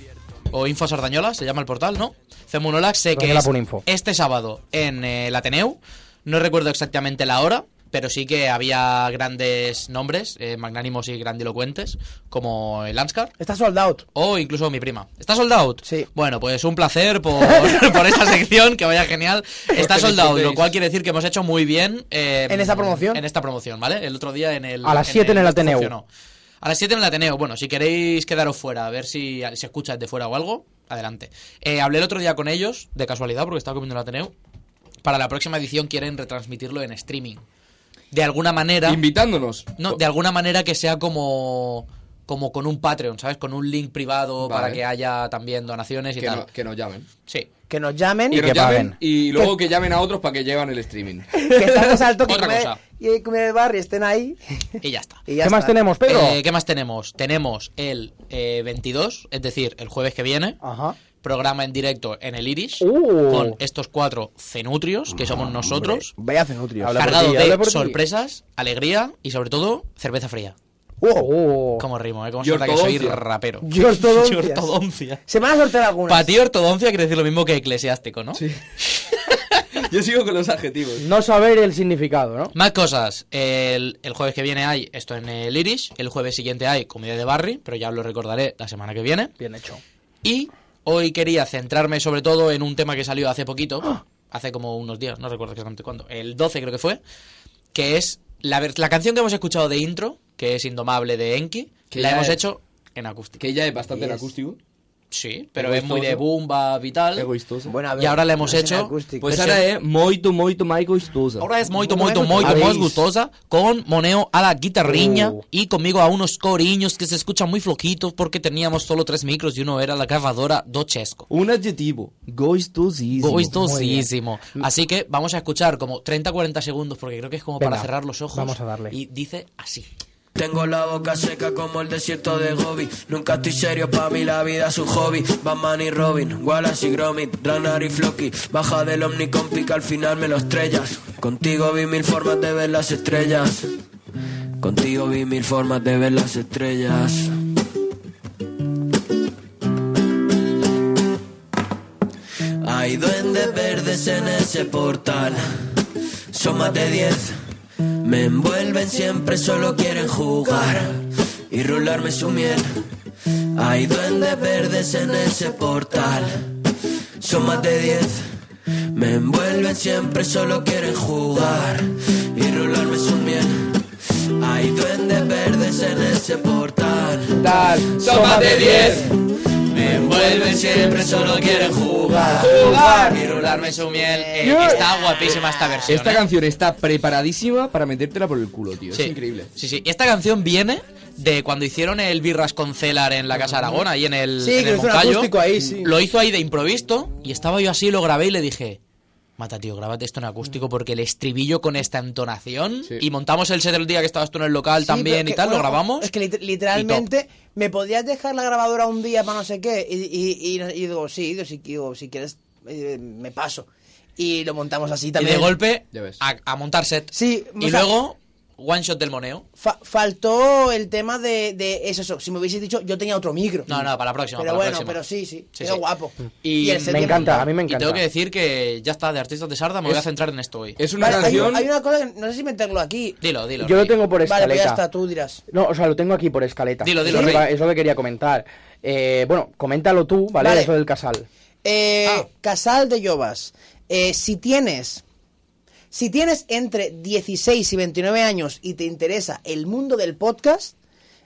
S3: o Info Sardañola, se llama el portal, ¿no? Cemunolax sé que
S2: Sardañola
S3: es
S2: pon info.
S3: este sábado en eh, el Ateneu. No recuerdo exactamente la hora, pero sí que había grandes nombres, eh, magnánimos y grandilocuentes, como el Anscar.
S1: Está sold out.
S3: O incluso mi prima. ¿Está sold out?
S1: Sí.
S3: Bueno, pues un placer por, por esta sección, que vaya genial. Está sold out, lo cual quiere decir que hemos hecho muy bien. eh,
S1: En esta promoción.
S3: En esta promoción, ¿vale? El otro día en el.
S2: A las siete en el
S3: esto
S2: Ateneu.
S3: funcionó. A las 7 en el Ateneo. Bueno, si queréis quedaros fuera, a ver si se escucha desde fuera o algo, adelante. Eh, hablé el otro día con ellos, de casualidad, porque estaba comiendo en el Ateneo. Para la próxima edición quieren retransmitirlo en streaming. De alguna manera.
S4: Invitándonos.
S3: No, de alguna manera que sea como como con un Patreon, ¿sabes? Con un link privado
S4: Vale.
S3: para que haya también donaciones y
S4: Que,
S3: tal.
S4: no- que nos llamen.
S3: Sí.
S1: Que nos llamen.
S4: que nos
S2: que
S4: llamen
S2: paguen.
S4: y luego que llamen a otros para que lleven el streaming.
S1: que estamos al toque
S3: Otra
S1: como de-
S3: cosa.
S1: y el comer el barrio estén ahí
S3: Y ya está.
S1: y
S2: ¿Qué
S1: ya
S2: más
S1: está.
S2: tenemos, Pedro?
S3: Eh, ¿Qué más tenemos? Tenemos el eh, 22, es decir, el jueves que viene,
S2: Ajá.
S3: programa en directo en el Iris
S2: Uh. Ah,
S3: con estos cuatro cenutrios que somos nosotros,
S1: Vaya cenutrios.
S2: Habla por
S3: cargado
S2: ti, habla
S3: de
S2: por ti.
S3: sorpresas, alegría y sobre todo cerveza fría.
S2: Oh.
S3: Como rimo, ¿eh? Como
S4: Y
S3: se nota que soy
S4: ortodoncia.
S3: rapero.
S1: Y ortodoncias.
S3: Y ortodoncia.
S1: Se van a sortear algunas.
S3: Para ti ortodoncia quiere decir lo mismo que eclesiástico, ¿no? Sí.
S4: Yo sigo con los adjetivos.
S2: No saber el significado, ¿no?
S3: Más cosas. El, el jueves que viene hay esto en el Iris. El jueves siguiente hay comida de Barry, pero ya os lo recordaré la semana que viene.
S2: Bien hecho.
S3: Y hoy quería centrarme sobre todo en un tema que salió hace poquito, hace como unos días, no recuerdo exactamente cuándo, el 12 creo que fue, que es la, ver- la canción que hemos escuchado de intro, que es Indomable de Enki,
S4: Que
S3: la
S4: ya
S3: hemos
S4: es-
S3: hecho en acústica.
S4: Que ya es bastante en acústico.
S3: Sí, pero es muy de
S4: Egoístoso.
S3: bumba vital.
S4: Egoístoso.
S1: Bueno, a ver,
S3: Y ahora la hemos
S1: no es
S3: hecho,
S1: en acústico.
S4: Pues
S3: Versión-
S4: ahora es moito, moito más gostosa.
S3: Ahora es moito,
S1: Muy
S3: moito,
S1: bueno.
S3: moito más
S1: Habéis-
S3: gustosa con Moneo a la guitarriña y conmigo a unos coriños que se escuchan muy flojitos porque teníamos solo tres micros y uno era la grabadora Dochesco.
S4: Un adjetivo. Gostosísimo.
S3: Gustosísimo. Así que vamos a escuchar como 30-40 segundos porque creo que es como para
S2: Venga,
S3: cerrar los ojos.
S2: vamos a darle.
S3: Y dice así.
S9: Tengo la boca seca como el desierto de Gobi. Nunca estoy serio, pa' mí la vida es un hobby. Batman y Robin, Wallace y Gromit, Ranar y Floki. Baja del Omnicompi que al final me lo estrellas. Contigo vi mil formas de ver las estrellas. Contigo vi mil formas de ver las estrellas. Hay duendes verdes en ese portal. Son más de 10. Me envuelven siempre, solo quieren jugar y rolarme su miel. Hay duendes verdes en ese portal. Son más de 10. Me envuelven siempre, solo quieren jugar y rolarme su miel. Hay duendes verdes en ese portal.
S2: Tal,
S9: Son más de 10. Me envuelven siempre, solo quieren jugar.
S3: pues, Y rolarme su miel. Eh,
S4: Yeah.
S3: Está guapísima esta versión.
S4: Esta
S3: eh.
S4: canción está preparadísima para metértela por el culo, tío. Es increíble.
S3: Sí, sí. Y esta canción viene de cuando hicieron el Birras con Celar en la Casa Aragón, ahí en el,
S1: Sí,
S3: en el
S1: que lo hizo un
S3: Moncayo.
S1: acústico ahí, sí.
S3: Lo hizo ahí de improviso y estaba yo así, lo grabé y le dije... Mata, tío, grábate esto en acústico porque el estribillo con esta entonación
S4: Sí.
S3: y montamos el set del día que estabas tú en el local
S1: Sí,
S3: también
S1: pero
S3: y
S1: que-
S3: tal, lo
S1: bueno,
S3: grabamos.
S1: Es que lit- literalmente, ¿me podías dejar la grabadora un día para no sé qué? Y, y, y, y digo, sí, digo, si, digo, si quieres, eh, me paso. Y lo montamos así
S3: y
S1: también.
S3: de golpe
S4: Ya ves.
S3: a, a montar set.
S1: Sí, o
S3: y
S1: sea-
S3: luego one shot del moneo.
S1: Fa- faltó el tema de, de eso, eso. Si me hubieses dicho, yo tenía otro micro.
S3: No, no, para la próxima,
S1: Pero
S3: para la
S1: bueno,
S3: próxima.
S1: pero sí, sí.
S3: Sí,
S1: quedó
S3: sí.
S1: guapo.
S3: Y
S1: el set
S2: Mm. Me
S1: de-
S2: encanta, a mí me encanta.
S3: Y tengo que decir que ya está, de artistas de Sarda me voy a
S4: Es-
S3: centrar en esto hoy.
S4: Es una
S1: Vale, hay,
S4: canción.
S1: hay una cosa que no sé si meterlo aquí.
S3: Dilo, dilo.
S2: Yo lo
S3: Ricky.
S2: tengo por escaleta.
S1: Vale, pues ya está, tú dirás.
S2: No, o sea, lo tengo aquí por escaleta.
S3: Dilo, dilo,
S2: Eso
S3: Rey.
S2: iba- Es lo que quería comentar. Eh, bueno, coméntalo tú, ¿vale?
S1: Vale.
S2: Eso del casal.
S1: Eh,
S3: Ah.
S1: Casal de Yobas. Eh, si tienes. Si tienes entre 16 y 29 años y te interesa el mundo del podcast,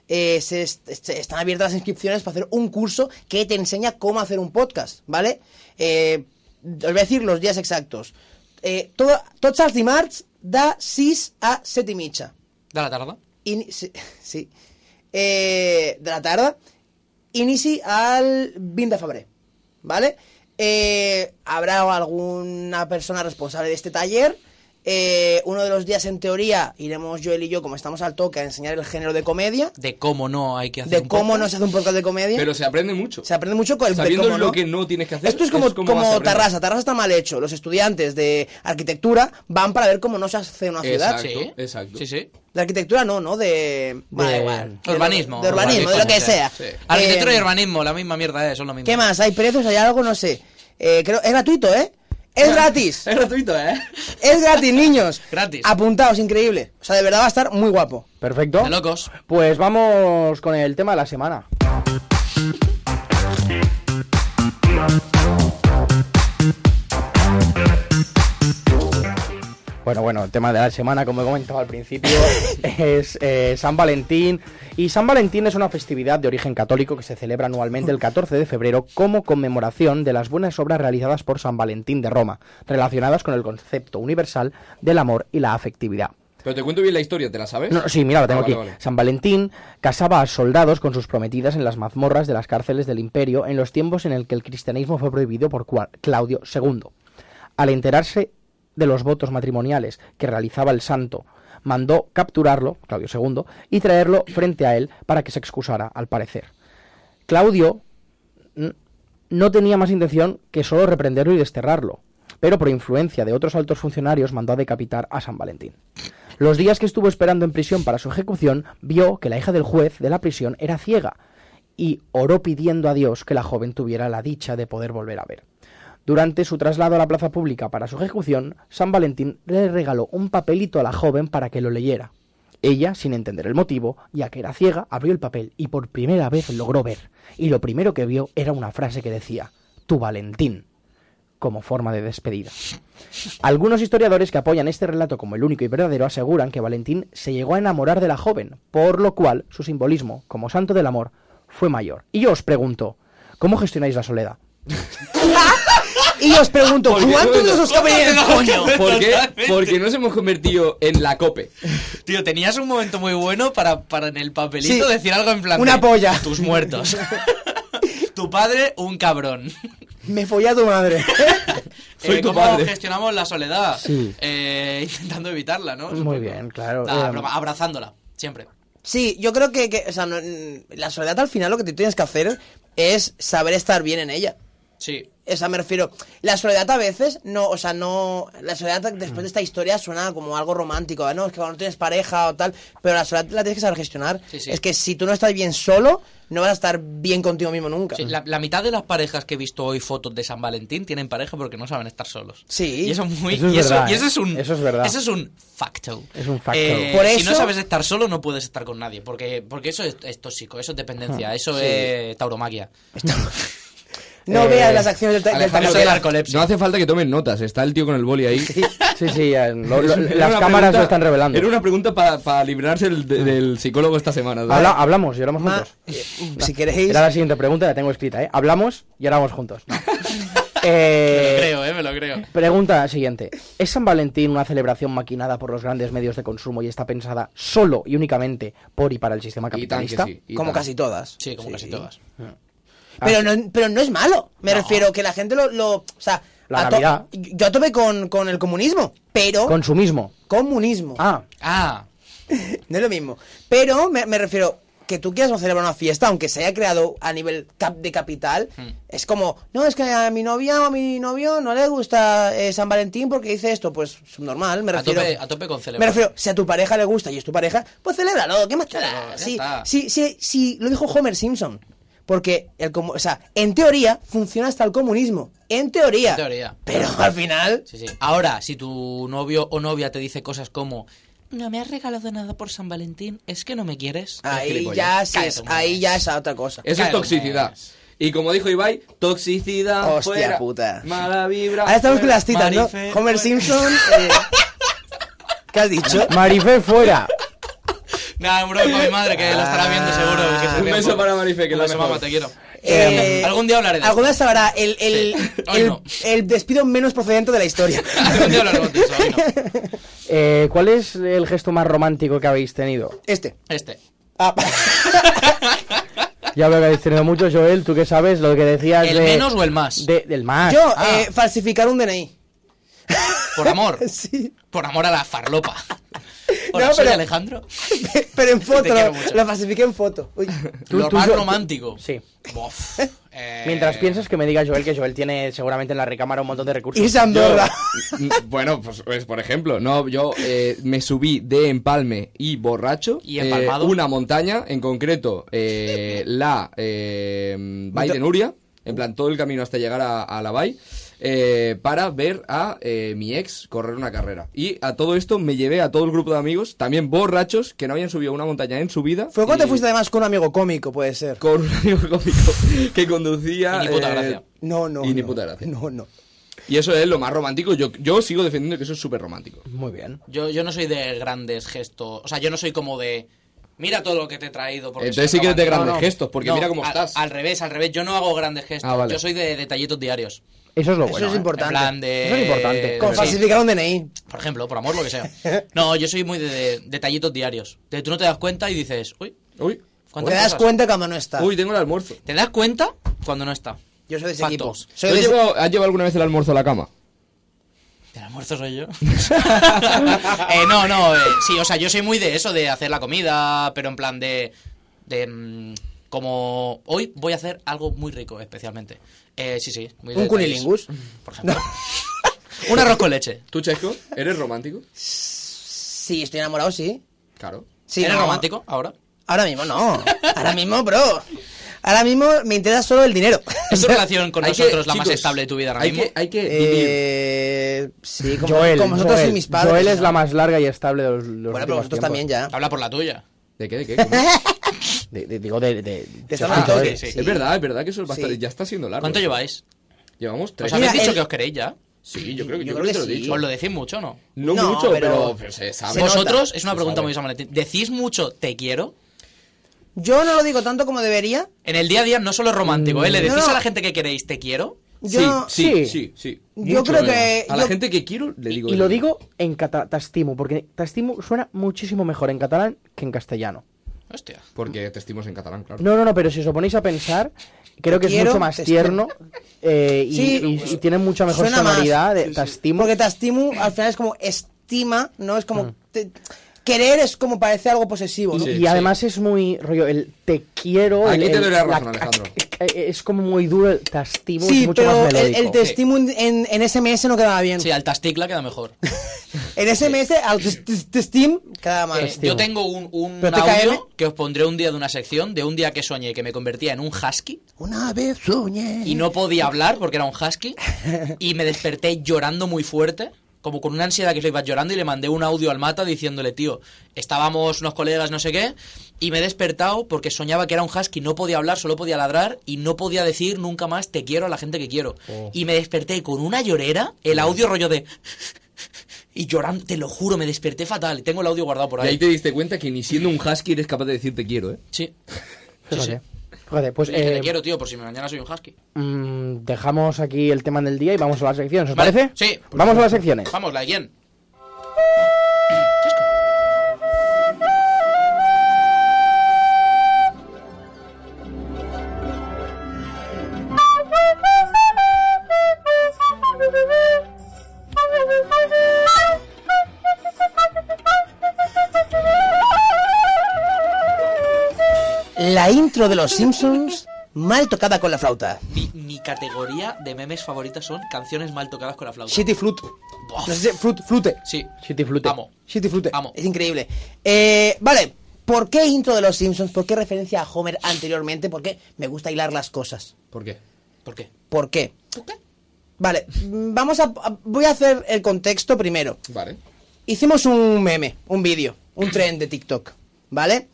S1: eh, se est- se están abiertas las inscripciones para hacer un curso que te enseña cómo hacer un podcast, ¿vale? Eh, os voy a decir los días exactos. Eh, todo, tots els dimarts de 6 a 7 i mitja.
S3: De la tarda.
S1: Ini- sí, sí. Eh, de la tarda. Inici al 20 de febrer. ¿Vale? Eh, habrá alguna persona responsable de este taller. Eh, uno de los días, en teoría, iremos Joel y yo, como estamos al toque, a enseñar el género de comedia.
S3: De cómo no hay que hacer
S1: De
S3: un
S1: cómo
S3: podcast.
S1: no se hace un podcast de comedia.
S4: Pero se aprende mucho.
S1: Se aprende mucho con el de
S4: Sabiendo
S1: cómo
S4: lo que no tienes que hacer,
S1: Esto es como,
S4: es como vas
S1: como
S4: aprendiendo.
S1: Tarrasa. Tarrasa está mal hecho. Los estudiantes de arquitectura van para ver cómo no se hace una ciudad.
S4: Exacto,
S3: Sí,
S4: exacto.
S3: Sí, sí.
S1: De arquitectura no, ¿no? De... Bueno,
S2: De-
S1: da igual. De
S3: urbanismo.
S1: De urbanismo, de lo que sea.
S4: Sí.
S1: Eh,
S3: Arquitectura y urbanismo, la misma mierda es, son lo mismo.
S1: ¿Qué más? ¿Hay precios? ¿Hay algo? No sé. Eh, creo... Es gratuito, ¿eh? Es gratis.
S4: Es gratuito, ¿eh?
S1: Es gratis, niños.
S3: Gratis.
S1: Apuntaos, increíble. O sea, de verdad va a estar muy guapo.
S2: Perfecto.
S3: De locos.
S2: Pues vamos con el tema de la semana. Bueno, bueno, el tema de la semana, como he comentado al principio, es eh, San Valentín. Y San Valentín es una festividad de origen católico que se celebra anualmente el 14 de febrero como conmemoración de las buenas obras realizadas por San Valentín de Roma, relacionadas con el concepto universal del amor y la afectividad.
S4: Pero te cuento bien la historia, ¿te la sabes?
S2: No, no, sí, mira, lo tengo
S4: Ah, vale,
S2: aquí.
S4: vale.
S2: San Valentín casaba a soldados con sus prometidas en las mazmorras de las cárceles del imperio en los tiempos en el que el cristianismo fue prohibido por Cua- Claudio II. Al enterarse de los votos matrimoniales que realizaba el santo, mandó capturarlo, Claudio II, y traerlo frente a él para que se excusara, al parecer. Claudio n- no tenía más intención que solo reprenderlo y desterrarlo, pero por influencia de otros altos funcionarios mandó a decapitar a San Valentín. Los días que estuvo esperando en prisión para su ejecución, vio que la hija del juez de la prisión era ciega y oró pidiendo a Dios que la joven tuviera la dicha de poder volver a ver. Durante su traslado a la plaza pública para su ejecución, San Valentín le regaló un papelito a la joven para que lo leyera. Ella, sin entender el motivo, ya que era ciega, abrió el papel y por primera vez logró ver. Y lo primero que vio era una frase que decía, Tu Valentín, como forma de despedida. Algunos historiadores que apoyan este relato como el único y verdadero aseguran que Valentín se llegó a enamorar de la joven, por lo cual su simbolismo como santo del amor fue mayor. Y yo os pregunto, ¿cómo gestionáis la soledad?
S1: Y os pregunto,
S4: Porque-
S1: ¿cuántos de esos caballeros, coño?
S4: ¿Por qué?
S3: Totalmente.
S4: Porque nos hemos convertido en la cope.
S3: Tío, tenías un momento muy bueno para, para en el papelito
S1: Sí.
S3: decir algo en plan.
S1: Una
S3: de,
S1: polla.
S3: Tus muertos. tu padre, un cabrón. Eh,
S1: Me follé a tu madre.
S4: Soy tu
S3: ¿Cómo
S4: padre.
S3: gestionamos la soledad?
S2: Sí.
S3: Eh, intentando evitarla, ¿no?
S2: Muy
S3: Supongo.
S2: bien, claro.
S3: Ah,
S2: Eh,
S3: broma, abrazándola, siempre.
S1: Sí, yo creo que, que, o sea, no- mm, la soledad al final lo que te tienes que hacer es saber estar bien en ella.
S3: Sí.
S1: O sea, me refiero, la soledad a veces, no, o sea, no, la soledad después de esta historia suena como algo romántico, ¿eh? no, es que cuando no tienes pareja o tal, pero la soledad la tienes que saber gestionar.
S3: Sí, sí.
S1: Es que si tú no estás bien solo, no vas a estar bien contigo mismo nunca.
S3: Sí, la, la mitad de las parejas que he visto hoy fotos de San Valentín tienen pareja porque no saben estar solos.
S1: Sí.
S3: Y eso es muy.
S2: Eso es
S3: y, eso,
S2: verdad,
S3: y eso
S2: ¿eh?
S3: es un.
S2: Eso es verdad.
S3: Eso es un facto. Eh,
S2: Es un facto.
S1: Por
S3: Si
S1: eso-
S3: no sabes estar solo, no puedes estar con nadie. Porque, porque eso es, es tóxico, eso es dependencia, eso es tauromaquia.
S1: No
S2: Eh,
S1: veas las acciones del, ta- del
S3: Alejandro,
S1: tabloide.
S3: soy narcolepsia.
S4: No hace falta que tomen notas, está el tío con el boli ahí.
S2: Sí, sí, eh, lo- lo-
S4: Era una
S2: las cámaras
S4: pregunta-
S2: lo están revelando.
S4: Era una pregunta para librarse el-
S1: Ah.
S4: de- del psicólogo esta semana. ¿no?
S2: Habla- hablamos y oramos
S1: Ma-
S2: juntos.
S1: eh, si queréis,
S2: Era la siguiente pregunta, la tengo escrita, ¿eh? Hablamos y oramos juntos. Eh,
S3: creo, eh, me lo creo.
S2: Pregunta siguiente. ¿Es San Valentín una celebración maquinada por los grandes medios de consumo y está pensada solo y únicamente por y para el sistema
S4: Y tan que
S2: capitalista?
S4: sí, y
S1: como
S4: tan.
S1: casi todas.
S3: Sí, como casi todas.
S2: Ah.
S1: Pero no, pero no es malo. Me refiero que la gente lo. lo o sea,
S2: La
S1: a to-
S2: Navidad.
S1: yo a tope con, con el comunismo, pero.
S2: Consumismo.
S1: comunismo.
S2: Ah,
S3: Ah,
S1: No es lo mismo. Pero me, me refiero que tú quieras celebrar una fiesta, aunque se haya creado a nivel cap de capital,
S3: Mm.
S1: es como, no, es que a mi novia o a mi novio no le gusta eh, San Valentín porque dice esto, pues normal, me
S3: A
S1: refiero.
S3: tope- a tope con celebrar.
S1: Me refiero, si a tu pareja le gusta y es tu pareja, pues celébralo, ¿qué más te da?
S3: ya
S1: Sí,
S3: está.
S1: sí, sí, sí, lo dijo Homer Simpson. Porque, el comu- o sea, en teoría funciona hasta el comunismo. En teoría.
S3: En teoría.
S1: Pero al final.
S3: sí, sí. Ahora, si tu novio o novia te dice cosas como. No me has regalado nada por San Valentín, es que no me quieres.
S1: Ahí
S3: Gilipollas.
S1: ya, sí
S3: Cállate,
S1: es,
S3: hombre.
S1: ahí ya es otra cosa.
S4: Eso es
S3: Claro.
S4: toxicidad. Y como dijo Ibai, toxicidad.
S1: Hostia
S4: fuera.
S1: puta.
S4: Mala vibra.
S1: Ahora estamos con
S4: fuera.
S1: las citas, ¿no?
S3: Marife,
S1: Homer
S3: fuera.
S1: Simpson. eh, ¿Qué has dicho?
S2: Marifé fuera.
S3: Nah, un broma con mi madre que lo estará viendo seguro. que se
S4: Ah. Un
S3: ríe
S4: beso
S3: poco.
S4: para Marife, que
S3: Un
S4: la
S3: beso,
S4: mejor.
S3: mamá, te quiero.
S1: Eh,
S3: algún día hablaré de
S1: Algún día
S3: esto.
S1: sabrá el, el,
S3: Sí. Hoy
S1: el,
S3: no.
S1: el despido menos procedente de la historia.
S3: Algún día hablaremos de eso, hoy no.
S2: Eh, ¿Cuál es el gesto más romántico que habéis tenido?
S1: Este.
S3: Este.
S1: Ah.
S2: Ya veo que habéis tenido mucho, Joel, tú que sabes lo que decías
S3: ¿El
S2: de-
S3: menos o el más?
S2: de- del más.
S1: Yo,
S3: Ah.
S1: eh, falsificar un DNI.
S3: Por amor.
S1: Sí.
S3: Por amor a la farlopa. Hola,
S1: No,
S3: soy
S1: pero-
S3: Alejandro.
S1: Pero en foto,
S3: quiero
S1: lo,
S3: mucho.
S1: lo falsifiqué en foto. Uy.
S2: Tú-
S3: lo
S2: tú,
S3: más
S2: yo-
S3: romántico.
S2: Sí.
S3: Bof. Eh,
S2: Mientras piensas que me diga Joel que Joel tiene seguramente en la recámara un montón de recursos.
S1: Irse a
S4: Yo-
S1: Andorra.
S4: Mm, bueno, pues, pues, por ejemplo, no, yo eh, me subí de empalme y borracho
S3: Y
S4: eh,
S3: empalmado.
S4: una montaña, en concreto eh, la eh, Bay de Nuria, en plan todo el camino hasta llegar a, a la Bay, eh, para ver a eh, mi ex correr una carrera. Y a todo esto me llevé a todo el grupo de amigos, también borrachos, que no habían subido una montaña en su vida.
S1: Fue cuando
S4: y
S1: te fuiste además con un amigo cómico, puede ser.
S4: Con un amigo cómico que conducía...
S3: Y ni puta
S4: eh,
S3: gracia.
S1: No, no.
S4: Y ni
S1: no.
S4: puta gracia.
S1: No, no.
S4: Y eso es lo más romántico. Yo, yo sigo defendiendo que eso es súper romántico.
S2: Muy bien.
S3: Yo, yo no soy de grandes gestos. O sea, yo no soy como de. Mira todo lo que te he traído. Porque
S4: Entonces
S3: se
S4: sí que
S3: acaban".
S4: de grandes
S3: No, no.
S4: gestos, porque
S3: No,
S4: mira cómo
S3: al-
S4: estás.
S3: Al revés, al revés. Yo no hago grandes gestos.
S4: Ah, vale.
S3: Yo soy de detallitos diarios.
S2: Eso es lo
S1: Eso
S2: bueno.
S1: es
S2: ¿eh?
S1: importante.
S3: En plan de.
S2: Eso es importante.
S1: Con
S3: Sí.
S1: falsificar un DNI.
S3: Por ejemplo, por amor, lo que sea. No, yo soy muy de, de detallitos diarios. De tú no te das cuenta y dices, uy,
S4: Uy,
S3: ¿cuántas
S1: Te das
S3: cosas?
S1: cuenta cuando no está.
S4: uy, tengo el almuerzo.
S3: Te das cuenta cuando no está.
S1: Yo soy de ese
S3: Factos.
S1: equipo.
S4: ¿Tú
S1: Soy
S4: has
S1: de ese-
S4: llevado, has llevado alguna vez el almuerzo a la cama?
S3: El almuerzo soy yo. Eh, no, no, eh, sí, o sea, yo soy muy de eso, de hacer la comida, pero en plan de. de mm, como hoy voy a hacer algo muy rico, especialmente. Eh, sí, sí. Muy de
S1: Un
S3: detalles.
S1: cunilingus.
S3: Por ejemplo. Un arroz con leche.
S4: ¿Tú, Checo, eres romántico?
S1: Sí, estoy enamorado, sí.
S4: Claro.
S1: sí
S3: ¿Eres
S1: no.
S3: romántico ahora?
S1: Ahora mismo no. Ahora mismo, bro. Ahora mismo me interesa solo el dinero.
S3: ¿Es tu relación con
S4: Hay que-
S3: nosotros la más
S4: chicos,
S3: estable de tu vida ahora
S4: hay
S3: mismo?
S4: Que, hay que vivir.
S1: Eh, sí, como,
S2: Joel,
S1: como vosotros
S2: Joel,
S1: y mis padres.
S2: Joel es
S1: ¿no?
S2: la más larga y estable de los, los
S1: Bueno, pero
S2: últimos
S1: vosotros
S2: tiempos.
S1: también ya.
S3: Habla por la tuya.
S4: ¿De qué? ¿De qué? ¿Cómo?
S2: De- de- digo, de... de-
S1: estamos
S4: Ah,
S1: al toque,
S4: vale,
S3: sí.
S4: Es verdad, es verdad que eso es bastante...
S1: Sí.
S4: Ya está siendo largo.
S3: ¿Cuánto lleváis?
S4: Llevamos tres.
S3: ¿Os habéis
S1: pues, Mira,
S3: dicho
S1: el-
S3: que os queréis ya?
S4: Sí, yo creo que,
S1: yo
S4: yo creo
S1: creo
S4: que
S1: que
S4: te lo he
S1: sí.
S4: dicho.
S3: ¿Os lo decís mucho o no?
S4: No,
S1: No,
S4: mucho, pero,
S1: pero-
S4: pero se sabe.
S1: Se nota.
S3: Vosotros, es una
S4: Se
S3: pregunta
S4: sabe.
S3: muy San Valentín. ¿Decís mucho te quiero?
S1: Yo no lo digo tanto como debería.
S3: En el día a día no solo es romántico, ¿eh? ¿Le decís
S1: Mm, No, no.
S3: a la gente que queréis te quiero?
S1: Yo no-
S4: sí, sí,
S2: Sí.
S4: sí, sí.
S1: Yo
S4: Mucho,
S1: creo
S4: eh.
S1: que-
S4: A la
S1: yo-
S4: gente que quiero le digo...
S2: y lo
S4: eso.
S2: digo en catalán, tastimo, porque tastimo suena muchísimo mejor en catalán que en castellano.
S3: Hostia.
S4: Porque testimos en catalán, claro.
S2: No, no, no, pero si os lo ponéis a pensar, creo que es
S1: quiero,
S2: mucho más
S1: te
S2: tierno eh, y,
S1: Sí,
S2: y- y tiene mucha mejor eh,
S1: Suena más.
S2: sonoridad de tastimo. Mm.
S1: Porque Tastimu al final es como estima, ¿no? Es como. te- querer es como parece algo posesivo, ¿no?
S4: Sí,
S2: y además es muy rollo, el te quiero.
S4: Aquí
S2: el-
S4: te
S2: el-
S4: doy la razón, Alejandro.
S2: eh, Es como muy duro, el te estimo,
S1: Sí,
S2: es mucho
S1: pero
S2: más
S1: el,
S2: melódico.
S1: el te estimo en, en- en SMS no quedaba bien.
S3: Sí, al tasticla queda mejor.
S1: En SMS, al te- te- te Steam quedaba mal.
S3: Eh, yo tengo un, un
S1: Pero TKM.
S3: audio que os pondré un día de una sección de un día que soñé que me convertía en un husky
S1: Una vez soñé.
S3: y no podía hablar porque era un husky y me desperté llorando muy fuerte. Como con una ansiedad que iba llorando y le mandé un audio al mata diciéndole, tío, estábamos unos colegas, no sé qué, y me he despertado porque soñaba que era un husky, no podía hablar, solo podía ladrar y no podía decir nunca más te quiero a la gente que quiero.
S4: Oh.
S3: Y me desperté con una llorera, el audio rollo de... Y llorando, te lo juro, me desperté fatal. Tengo el audio guardado por
S4: Y ahí
S3: ahí.
S4: te diste cuenta que ni siendo un husky eres capaz de decir te quiero, ¿eh?
S3: Sí. Sí, sí.
S2: Fíjate, fíjate, pues
S3: Y que
S2: eh,
S3: te quiero, tío, por si mañana soy un husky.
S2: mm, dejamos aquí el tema del día y vamos a las secciones, ¿os
S3: Vale,
S2: parece?
S3: sí.
S2: Vamos a las secciones.
S3: Vamos, la de quién.
S1: La intro de los Simpsons mal tocada con la flauta.
S3: Mi, mi categoría de memes favoritas son canciones mal tocadas con la flauta.
S1: Shitty flute.
S3: Buah.
S1: No sé si- flute, flute.
S3: Sí.
S2: Shitty flute.
S3: Amo.
S1: Shitty flute.
S3: Amo.
S1: Es increíble. Eh, vale. ¿Por qué intro de los Simpsons? ¿Por qué referencia a Homer anteriormente? Porque me gusta hilar las cosas.
S4: ¿Por qué?
S3: ¿Por qué?
S1: ¿Por qué?
S3: ¿Por qué?
S1: Vale, mm, vamos a, a- Voy a hacer el contexto primero.
S4: Vale.
S1: Hicimos un meme, un vídeo, un trend de TikTok, ¿vale?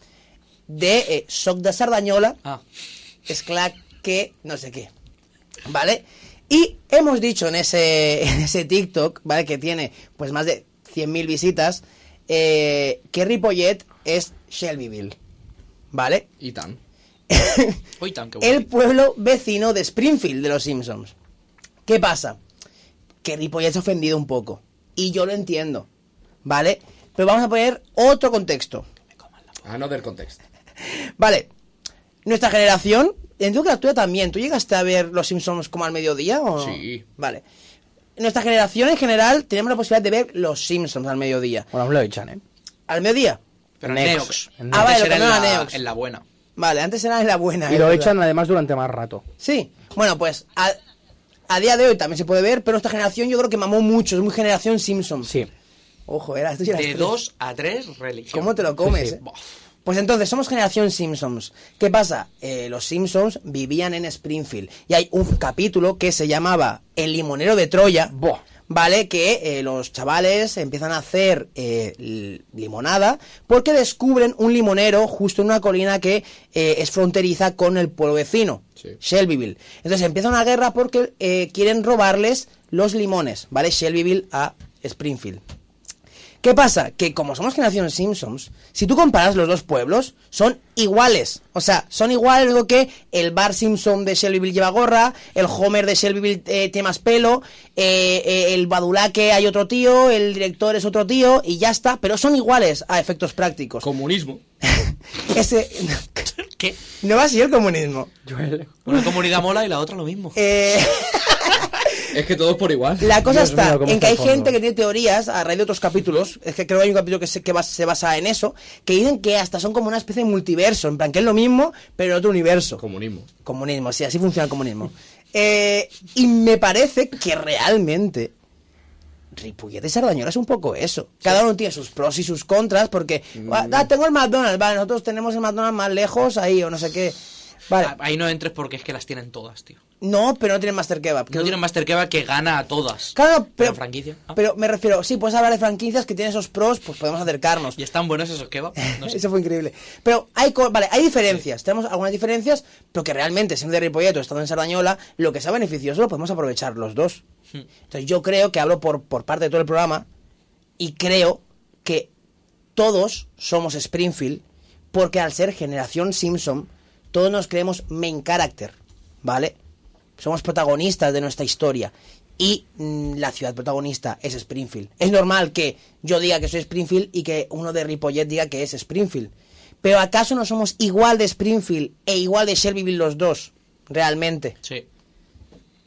S1: De eh, Soc de Sardañola,
S3: Ah.
S1: es claro que no sé qué. ¿Vale? Y hemos dicho en ese, en ese TikTok, ¿vale? Que tiene pues más de 100.000 visitas, eh, que Ripollet es Shelbyville, ¿vale?
S4: Y tan.
S3: Hoy tan que
S1: El pueblo vecino de Springfield de los Simpsons. ¿Qué pasa? Que Ripollet se ha ofendido un poco. Y yo lo entiendo, ¿vale? Pero vamos a poner otro contexto.
S4: Another context.
S1: Vale. Nuestra generación, entiendo que la tuya también. ¿Tú llegaste a ver Los Simpsons como al mediodía o no?
S4: Sí.
S1: Vale. Nuestra generación en general tenemos la posibilidad de ver Los Simpsons al mediodía.
S2: Bueno, lo echan, ¿eh?
S1: ¿Al mediodía?
S3: Pero
S2: Neox.
S3: Neox.
S2: Ah,
S3: Antes
S1: vale, lo
S3: era en
S1: cambiaron a
S3: la,
S1: Neox.
S3: en la buena.
S1: Vale, antes era en la buena.
S2: Y
S1: es
S2: lo
S1: verdad.
S2: echan además durante más rato.
S1: Sí. Bueno, pues a, a día de hoy también se puede ver, pero nuestra generación yo creo que mamó mucho. Es muy generación Simpson.
S2: Sí.
S1: Ojo, era esto ya era
S3: De
S1: tres.
S3: dos a tres religión.
S1: ¿Cómo te lo comes?
S2: Sí, sí.
S1: eh? Pues entonces, somos generación Simpsons. ¿Qué pasa? Eh, los Simpsons vivían en Springfield. Y hay un capítulo que se llamaba El limonero de Troya.
S2: Buah.
S1: ¿Vale? Que eh, los chavales empiezan a hacer eh, l- limonada porque descubren un limonero justo en una colina que eh, es fronteriza con el pueblo vecino,
S4: Sí.
S1: Shelbyville. Entonces empieza una guerra porque eh, quieren robarles los limones, ¿vale? Shelbyville a Springfield. ¿Qué pasa? Que como somos generación Simpsons, si tú comparas los dos pueblos, son iguales. O sea, son iguales, lo que el Bar Simpson de Shelbyville lleva gorra, el Homer de Shelbyville eh, tiene más pelo, eh, eh, el Badulaque hay otro tío, el director es otro tío, y ya está. Pero son iguales a efectos prácticos.
S4: Comunismo.
S1: Ese...
S3: ¿Qué?
S1: No va así el comunismo.
S3: Una comunidad mola y la otra lo mismo.
S1: Eh...
S4: Es que todos por igual.
S1: La cosa
S2: Dios
S1: está
S2: mío, cómo
S1: en que
S2: está
S1: hay
S2: el fondo.
S1: gente que tiene teorías a raíz de otros capítulos. Es que creo que hay un capítulo que se, que bas- se basa en eso. Que dicen que hasta son como una especie de multiverso. En plan, que es lo mismo, pero en otro universo.
S4: Comunismo.
S1: Comunismo, sí, así funciona el comunismo. Eh, y me parece que realmente. Ripollet y Sardañola es un poco eso. Cada uno tiene sus pros y sus contras, porque.
S2: Mm.
S1: "Ah, Ah, tengo el McDonald's, vale, nosotros tenemos el McDonald's más lejos ahí, o no sé qué. Vale.
S3: Ah, Ahí no entres porque es que las tienen todas, tío.
S1: No, pero no tienen Master Kebab.
S3: No tienen Master Kebab que gana a todas.
S1: Claro, pero,
S3: Pero franquicia, ah.
S1: Pero me refiero, sí, puedes hablar de franquicias que tienen esos pros, pues podemos acercarnos.
S3: Y están buenos esos kebabs. No sé.
S1: Eso fue increíble. Pero hay, co- vale, hay diferencias. Tenemos algunas diferencias, pero que realmente, siendo de Ripolleto, estando en Sardañola, lo que sea beneficioso lo podemos aprovechar los dos.
S3: Hmm.
S1: Entonces, yo creo que hablo por, por parte de todo el programa y creo que todos somos Springfield porque al ser generación Simpson, todos nos creemos main character, ¿vale? Somos protagonistas de nuestra historia. Y mm, la ciudad protagonista es Springfield. Es normal que yo diga que soy Springfield y que uno de Ripollet diga que es Springfield. Pero ¿acaso no somos igual de Springfield e igual de Shelbyville los dos? Realmente.
S3: Sí.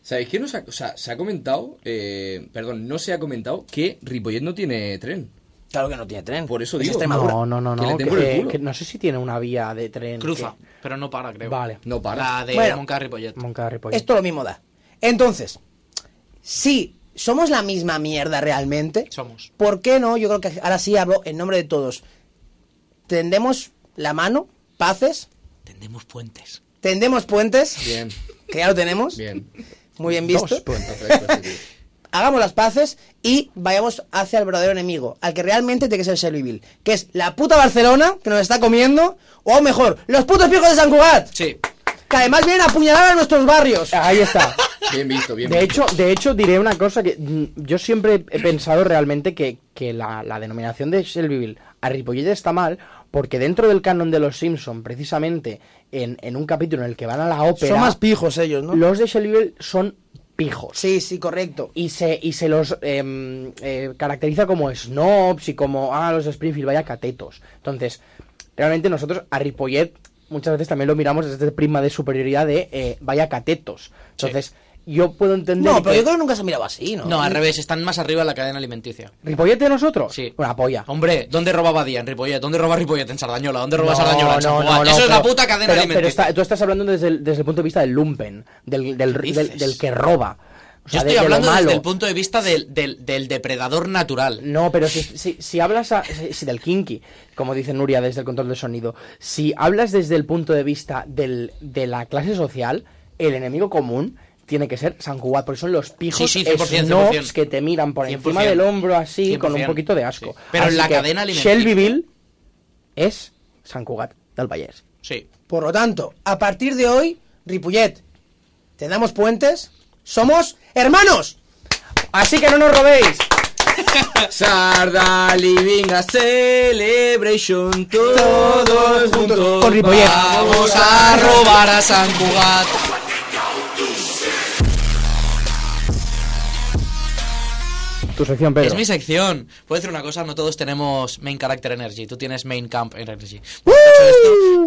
S4: ¿Sabéis qué nos ha, o sea, se ha comentado? eh, perdón, no se ha comentado que Ripollet no tiene tren.
S1: Claro que no tiene tren.
S4: Por eso
S1: Es
S4: digo.
S1: Extremadura.
S2: No, no, no,
S4: Que le
S2: no.
S4: den por el
S2: que-
S4: culo.
S2: que no sé si tiene una vía de tren.
S3: Cruza,
S2: que-
S3: pero no para, creo.
S2: Vale.
S4: No para.
S3: La de
S1: Bueno.
S3: Moncarri Poyet.
S2: Moncarri, Poyet.
S1: Esto lo mismo da. Entonces, si somos la misma mierda realmente,
S3: Somos.
S1: ¿por qué no? Yo creo que ahora sí hablo en nombre de todos. Tendemos la mano, paces,
S3: Tendemos puentes.
S1: tendemos puentes,
S4: Bien,
S1: que ya lo tenemos,
S4: bien.
S1: muy bien visto.
S2: Dos puentes.
S4: Perfecto, sí, sí.
S1: Hagamos las paces y vayamos hacia el verdadero enemigo, al que realmente tiene que ser Serviville, que es la puta Barcelona que nos está comiendo, o aún mejor, los putos pijos de San Cugat,
S3: Sí.
S1: que además vienen a apuñalar a nuestros barrios.
S2: Ahí está.
S4: Bien visto, bien
S2: De
S4: visto.
S2: hecho, de hecho, diré una cosa que mm, yo siempre he pensado realmente que, que la, la denominación de Shelbyville a Ripollet está mal, porque dentro del canon de los Simpson, precisamente en, en un capítulo en el que van a la ópera,
S1: Son más pijos ellos, ¿no?
S2: los de Shelbyville son pijos.
S1: Sí, sí, correcto.
S2: Y se, y se los em, eh, caracteriza como snobs y como, ah, los de Springfield, vaya catetos. Entonces, realmente nosotros a Ripollet muchas veces también lo miramos desde el prisma de superioridad de, eh, vaya catetos. Entonces, yo puedo entender...
S1: No, pero
S2: que-
S1: yo creo que nunca se ha mirado así, ¿no?
S3: No, al revés, están más arriba en la cadena alimenticia.
S2: ¿Ripollet de nosotros?
S3: Sí.
S2: Una polla.
S3: Hombre, ¿dónde robaba Díaz en Ripollet? ¿Dónde roba Ripollet en Sardañola? ¿Dónde roba Sardañola en San
S2: no,
S3: Juan?
S2: no, no,
S3: Eso es la
S2: pero-
S3: puta cadena
S2: pero, pero
S3: alimenticia.
S2: está- tú estás hablando desde el, desde el punto de vista del lumpen, del, del,
S3: ¿Qué
S2: del-
S3: dices?
S2: del que roba. O
S3: Yo
S2: sea, de-
S3: estoy
S2: de lo
S3: hablando
S2: malo.
S3: desde el punto de vista del, del- del depredador natural.
S2: No, pero si, si, si hablas a- si- si del kinky, como dice Nuria desde el control de sonido, si hablas desde el punto de vista del, de la clase social, el enemigo común tiene que ser San Cugat, porque son los pijos
S3: Sí, sí, 100%,
S2: snobs
S3: 100%.
S2: que te miran por encima
S3: 100%.
S2: del hombro así, con un
S3: 100%,
S2: poquito de asco.
S3: sí. Pero en
S2: Así
S3: la
S2: que
S3: cadena alimenticia.
S2: Shelbyville es San Cugat del Vallés.
S3: Sí.
S1: Por lo tanto, a partir de hoy, Ripollet, te damos puentes, somos hermanos.
S2: Así que no nos robéis.
S4: Sarda Livinga Celebration todos juntos.
S1: Con Ripollet.
S4: Vamos
S3: Vamos
S4: a
S3: a robar a San Cugat.
S2: Tu sección, Pedro.
S3: Es mi sección. Puedo decir una cosa, no todos tenemos Main Character Energy. Tú tienes Main Camp Energy. Bueno,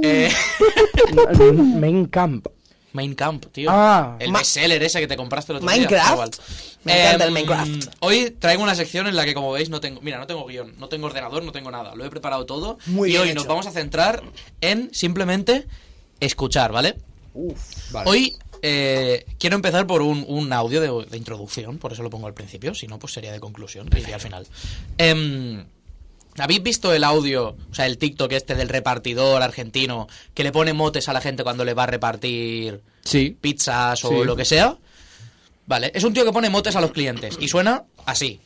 S3: dicho esto, eh,
S2: Main Camp.
S3: Main Camp, tío.
S2: Ah.
S3: el
S1: Ma-
S3: bestseller ese que te compraste el otro
S1: Minecraft.
S3: día. Ah, Em, Igual.
S1: Me encanta el Minecraft.
S3: Hoy traigo una sección en la que, como veis, no tengo. Mira, no tengo guión, no tengo ordenador, no tengo nada. Lo he preparado todo.
S1: Muy
S3: y
S1: bien
S3: hoy
S1: hecho.
S3: nos vamos a centrar en simplemente escuchar, ¿vale?
S4: Vale.
S3: Hoy eh, quiero empezar por un, un audio de, de introducción, por eso lo pongo al principio, si no, pues sería de conclusión, que iría al final. Em, ¿Habéis visto el audio, o sea, el TikTok este del repartidor argentino que le pone motes a la gente cuando le va a repartir
S4: Sí.
S3: pizzas o
S4: Sí.
S3: lo que sea? Vale, es un tío que pone motes a los clientes y suena así.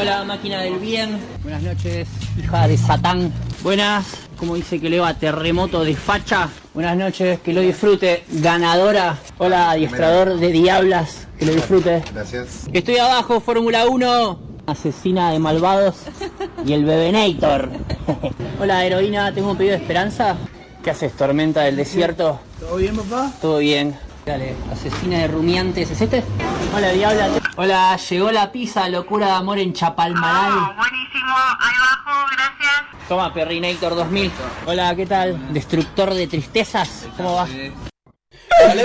S10: Hola, máquina del bien.
S11: Buenas noches, hija de Satán. Buenas, como dice que le va terremoto de facha. Buenas noches, que lo disfrute. Ganadora. Hola, adiestrador de diablas, que lo disfrute. Gracias. Estoy abajo, Fórmula 1. Asesina de malvados. Y el Bebenator. Hola, heroína, tengo un pedido de esperanza. ¿Qué haces, tormenta del desierto? ¿Todo bien, papá? Todo bien. Dale, asesina de rumiantes, ¿es este? Hola, diabla. Hola, llegó la pizza, locura de amor en Chapalmaral.
S5: Oh, buenísimo, ahí abajo, gracias.
S11: Toma, Perrinator 2000. Hola, ¿qué tal? Destructor de tristezas. ¿Cómo vas?
S3: Vale,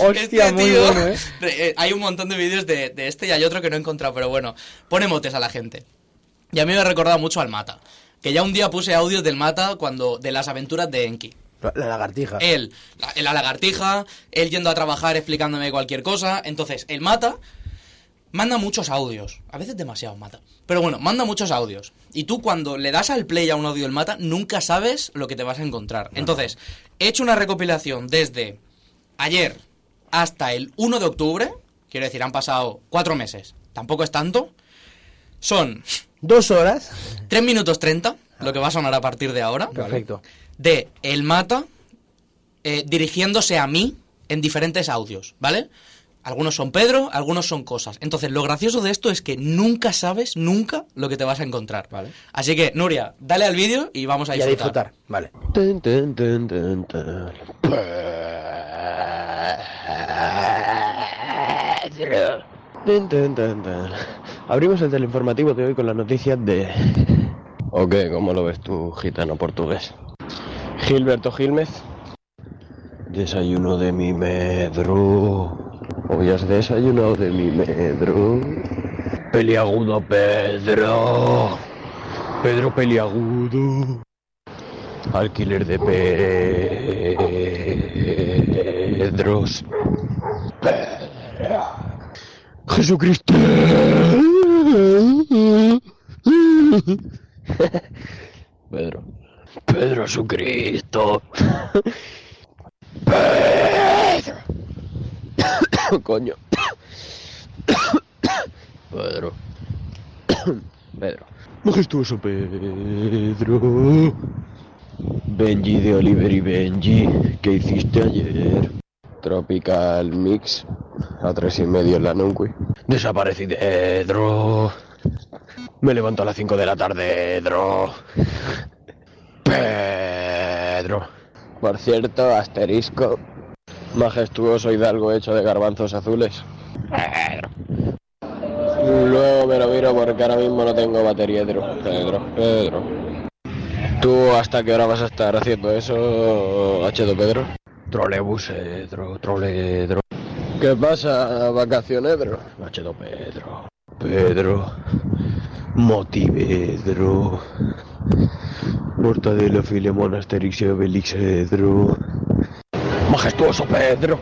S2: Hostia, muy bueno, ¿eh?
S3: re- eh, Hay un montón de vídeos de, de este y hay otro que no he encontrado, pero bueno, pone motes a la gente. Y a mí me ha recordado mucho al Mata. Que ya un día puse audios del Mata cuando de las aventuras de Enki.
S1: La, lagartija.
S2: Eh.
S3: Él, la, la lagartija, él yendo a trabajar explicándome cualquier cosa. Entonces, el Mata manda muchos audios. A veces demasiado Mata. Pero bueno, manda muchos audios. Y tú cuando le das al play a un audio del Mata, nunca sabes lo que te vas a encontrar. Entonces, he hecho una recopilación desde ayer hasta el 1 de octubre. Quiero decir, han pasado cuatro meses. Tampoco es tanto. Son
S1: Dos horas.
S3: 3 minutos 30, lo que va a sonar a partir de ahora
S2: Perfecto.
S3: de El Mata eh, dirigiéndose a mí en diferentes audios, ¿vale? Algunos son Pedro, algunos son cosas. Entonces, lo gracioso de esto es que nunca sabes, nunca, lo que te vas a encontrar.
S4: Vale.
S3: Así que, Nuria, dale al vídeo y vamos a
S2: Y a
S3: disfrutar.
S2: disfrutar.
S1: Vale.
S11: Abrimos el teleinformativo de hoy con las noticias de...
S12: ¿O qué? ¿Cómo lo ves tú, gitano portugués? Gilberto Gilmez. Desayuno de mi medro. Hoy has desayunado de mi medro. Peliagudo Pedro. Pedro Peliagudo. Alquiler de Pedros. Jesucristo. Pedro. Pedro Jesucristo. Pedro. Coño. Pedro. Pedro. Majestuoso Pedro. Benji de Oliver y Benji, ¿qué hiciste ayer? Tropical Mix, a tres y medio en la Nunqui. Desaparecí Pedro. Me levanto a las 5 de la tarde, Pedro. Pedro. Por cierto, asterisco. Majestuoso hidalgo hecho de garbanzos azules. Pedro. Luego me lo miro porque ahora mismo no tengo batería, Pedro. Pedro, Pedro. ¿Tú hasta qué hora vas a estar haciendo eso, H2 Pedro? Trolebus, Pedro, troledro. ¿Qué pasa, vacaciones, Pedro? H2 Pedro. Pedro. Motivedro. Mortadelo, Filemón, Asterix y Obelix, Pedro. Majestuoso Pedro.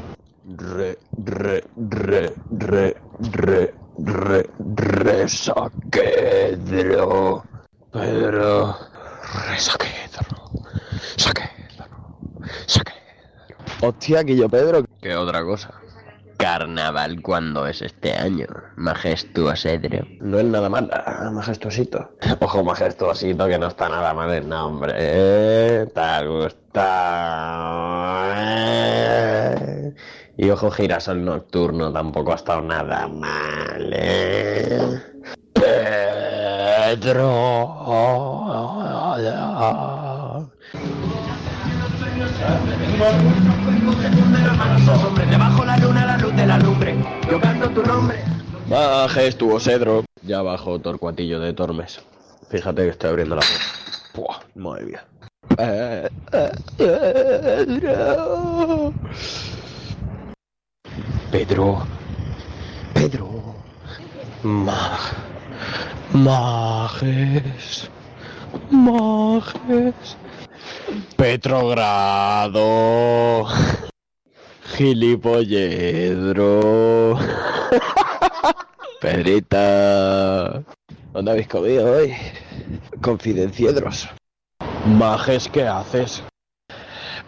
S12: Re, re, re, re, re, re, re, saquedro. Pedro. Re, saquedro. Saquedro. Saquedro. Hostia, que yo, Pedro. ¿Qué otra cosa? Carnaval, ¿cuándo es este año? Majestuosedro. No es nada mal, ah, majestuosito. Ojo, majestuosito, que no está nada mal el nombre. ¿eh? ¿Te ha gustado? ¿eh? Y ojo, girasol nocturno, tampoco ha estado nada mal. ¿eh? Pedro.
S13: Debajo la luna, la luz de la lumbre. Yo canto tu nombre.
S12: Majestuosedro. Ya abajo, Torcuatillo de Tormes. Fíjate que está abriendo la puerta. Buah, madre mía. Eh, eh, Pedro. Pedro. Pedro. Maj. Majes. Majes. Petrogrado. Gilipolledro. Pedrita. ¿Dónde habéis comido hoy? Confidenciedros. Majes, ¿qué haces?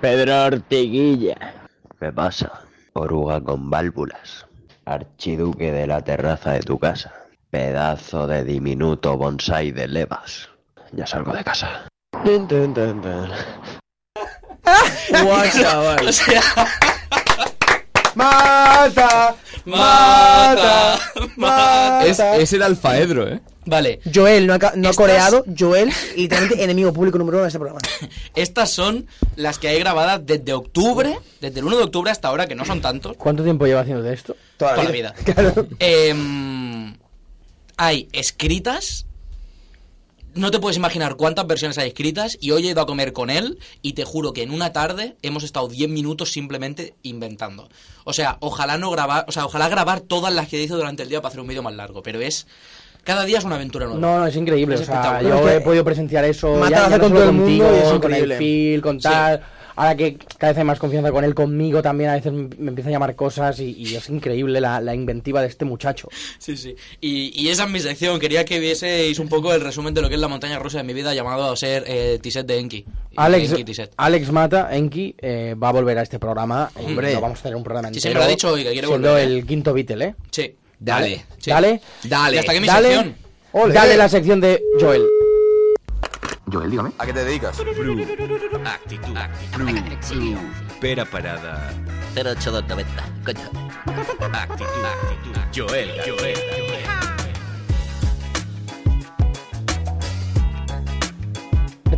S12: Pedro Ortiguilla. ¿Qué pasa? Oruga con válvulas. Archiduque de la terraza de tu casa. Pedazo de diminuto bonsai de levas. Ya salgo de casa. Tin, tin, tin, tin.
S3: Guau, chaval.
S2: ¡Mata!
S3: Mata,
S1: mata.
S4: Es, es el alfaedro, ¿eh?
S14: Vale.
S1: Joel, no ha, ca- no ha
S14: Estás-
S1: coreado. Joel, literalmente enemigo público número uno de este programa.
S14: Estas son las que hay grabadas desde octubre, desde el 1 de octubre hasta ahora, que no son tantos,
S2: ¿Cuánto tiempo lleva haciendo de esto?
S14: toda la vida. Em, hay escritas. No te puedes imaginar cuántas versiones hay escritas y hoy he ido a comer con él y te juro que en una tarde hemos estado 10 minutos simplemente inventando. O sea, ojalá no grabar, o sea, ojalá grabar todas las que hizo durante el día para hacer un vídeo más largo, pero es cada día es una aventura nueva.
S2: No, no, es increíble.
S14: Es
S2: o sea,
S14: espectacular.
S2: yo
S14: Es
S2: he
S14: que
S2: podido presenciar eso.
S14: mata la
S2: ya,
S14: fe
S2: ya no
S14: con
S2: solo
S14: todo el
S2: contigo,
S14: mundo y es
S2: con el
S14: increíble.
S2: Phil, con
S14: Sí.
S2: tal. Ahora que cada vez hay más confianza con él, conmigo también, a veces me me empieza a llamar cosas y, y es increíble la, la inventiva de este muchacho.
S14: Sí, sí. Y, y esa es mi sección. Quería que vieseis un poco el resumen de lo que es la montaña rusa de mi vida llamado a ser eh, Tiset de Enki.
S2: Alex,
S14: Enki Tiset.
S2: Alex Mata, Enki, eh, va a volver a este programa. eh,
S14: Hombre.
S2: no vamos a hacer un programa
S14: Sí,
S2: entero.
S14: siempre lo ha dicho hoy, que quiere
S2: siendo
S14: volver, ¿eh?
S2: el quinto Beatle, ¿eh?
S14: Sí.
S2: Dale.
S14: Sí.
S2: Dale.
S14: Dale. Y hasta aquí mi
S2: Dale.
S14: sección.
S2: Ole. Dale la sección de Joel.
S15: Joel, dígame. ¿A qué te dedicas?
S16: Actitud. Actitud. Pera parada. 08290. Coño. Actitud. Actitud. Joel. Joel.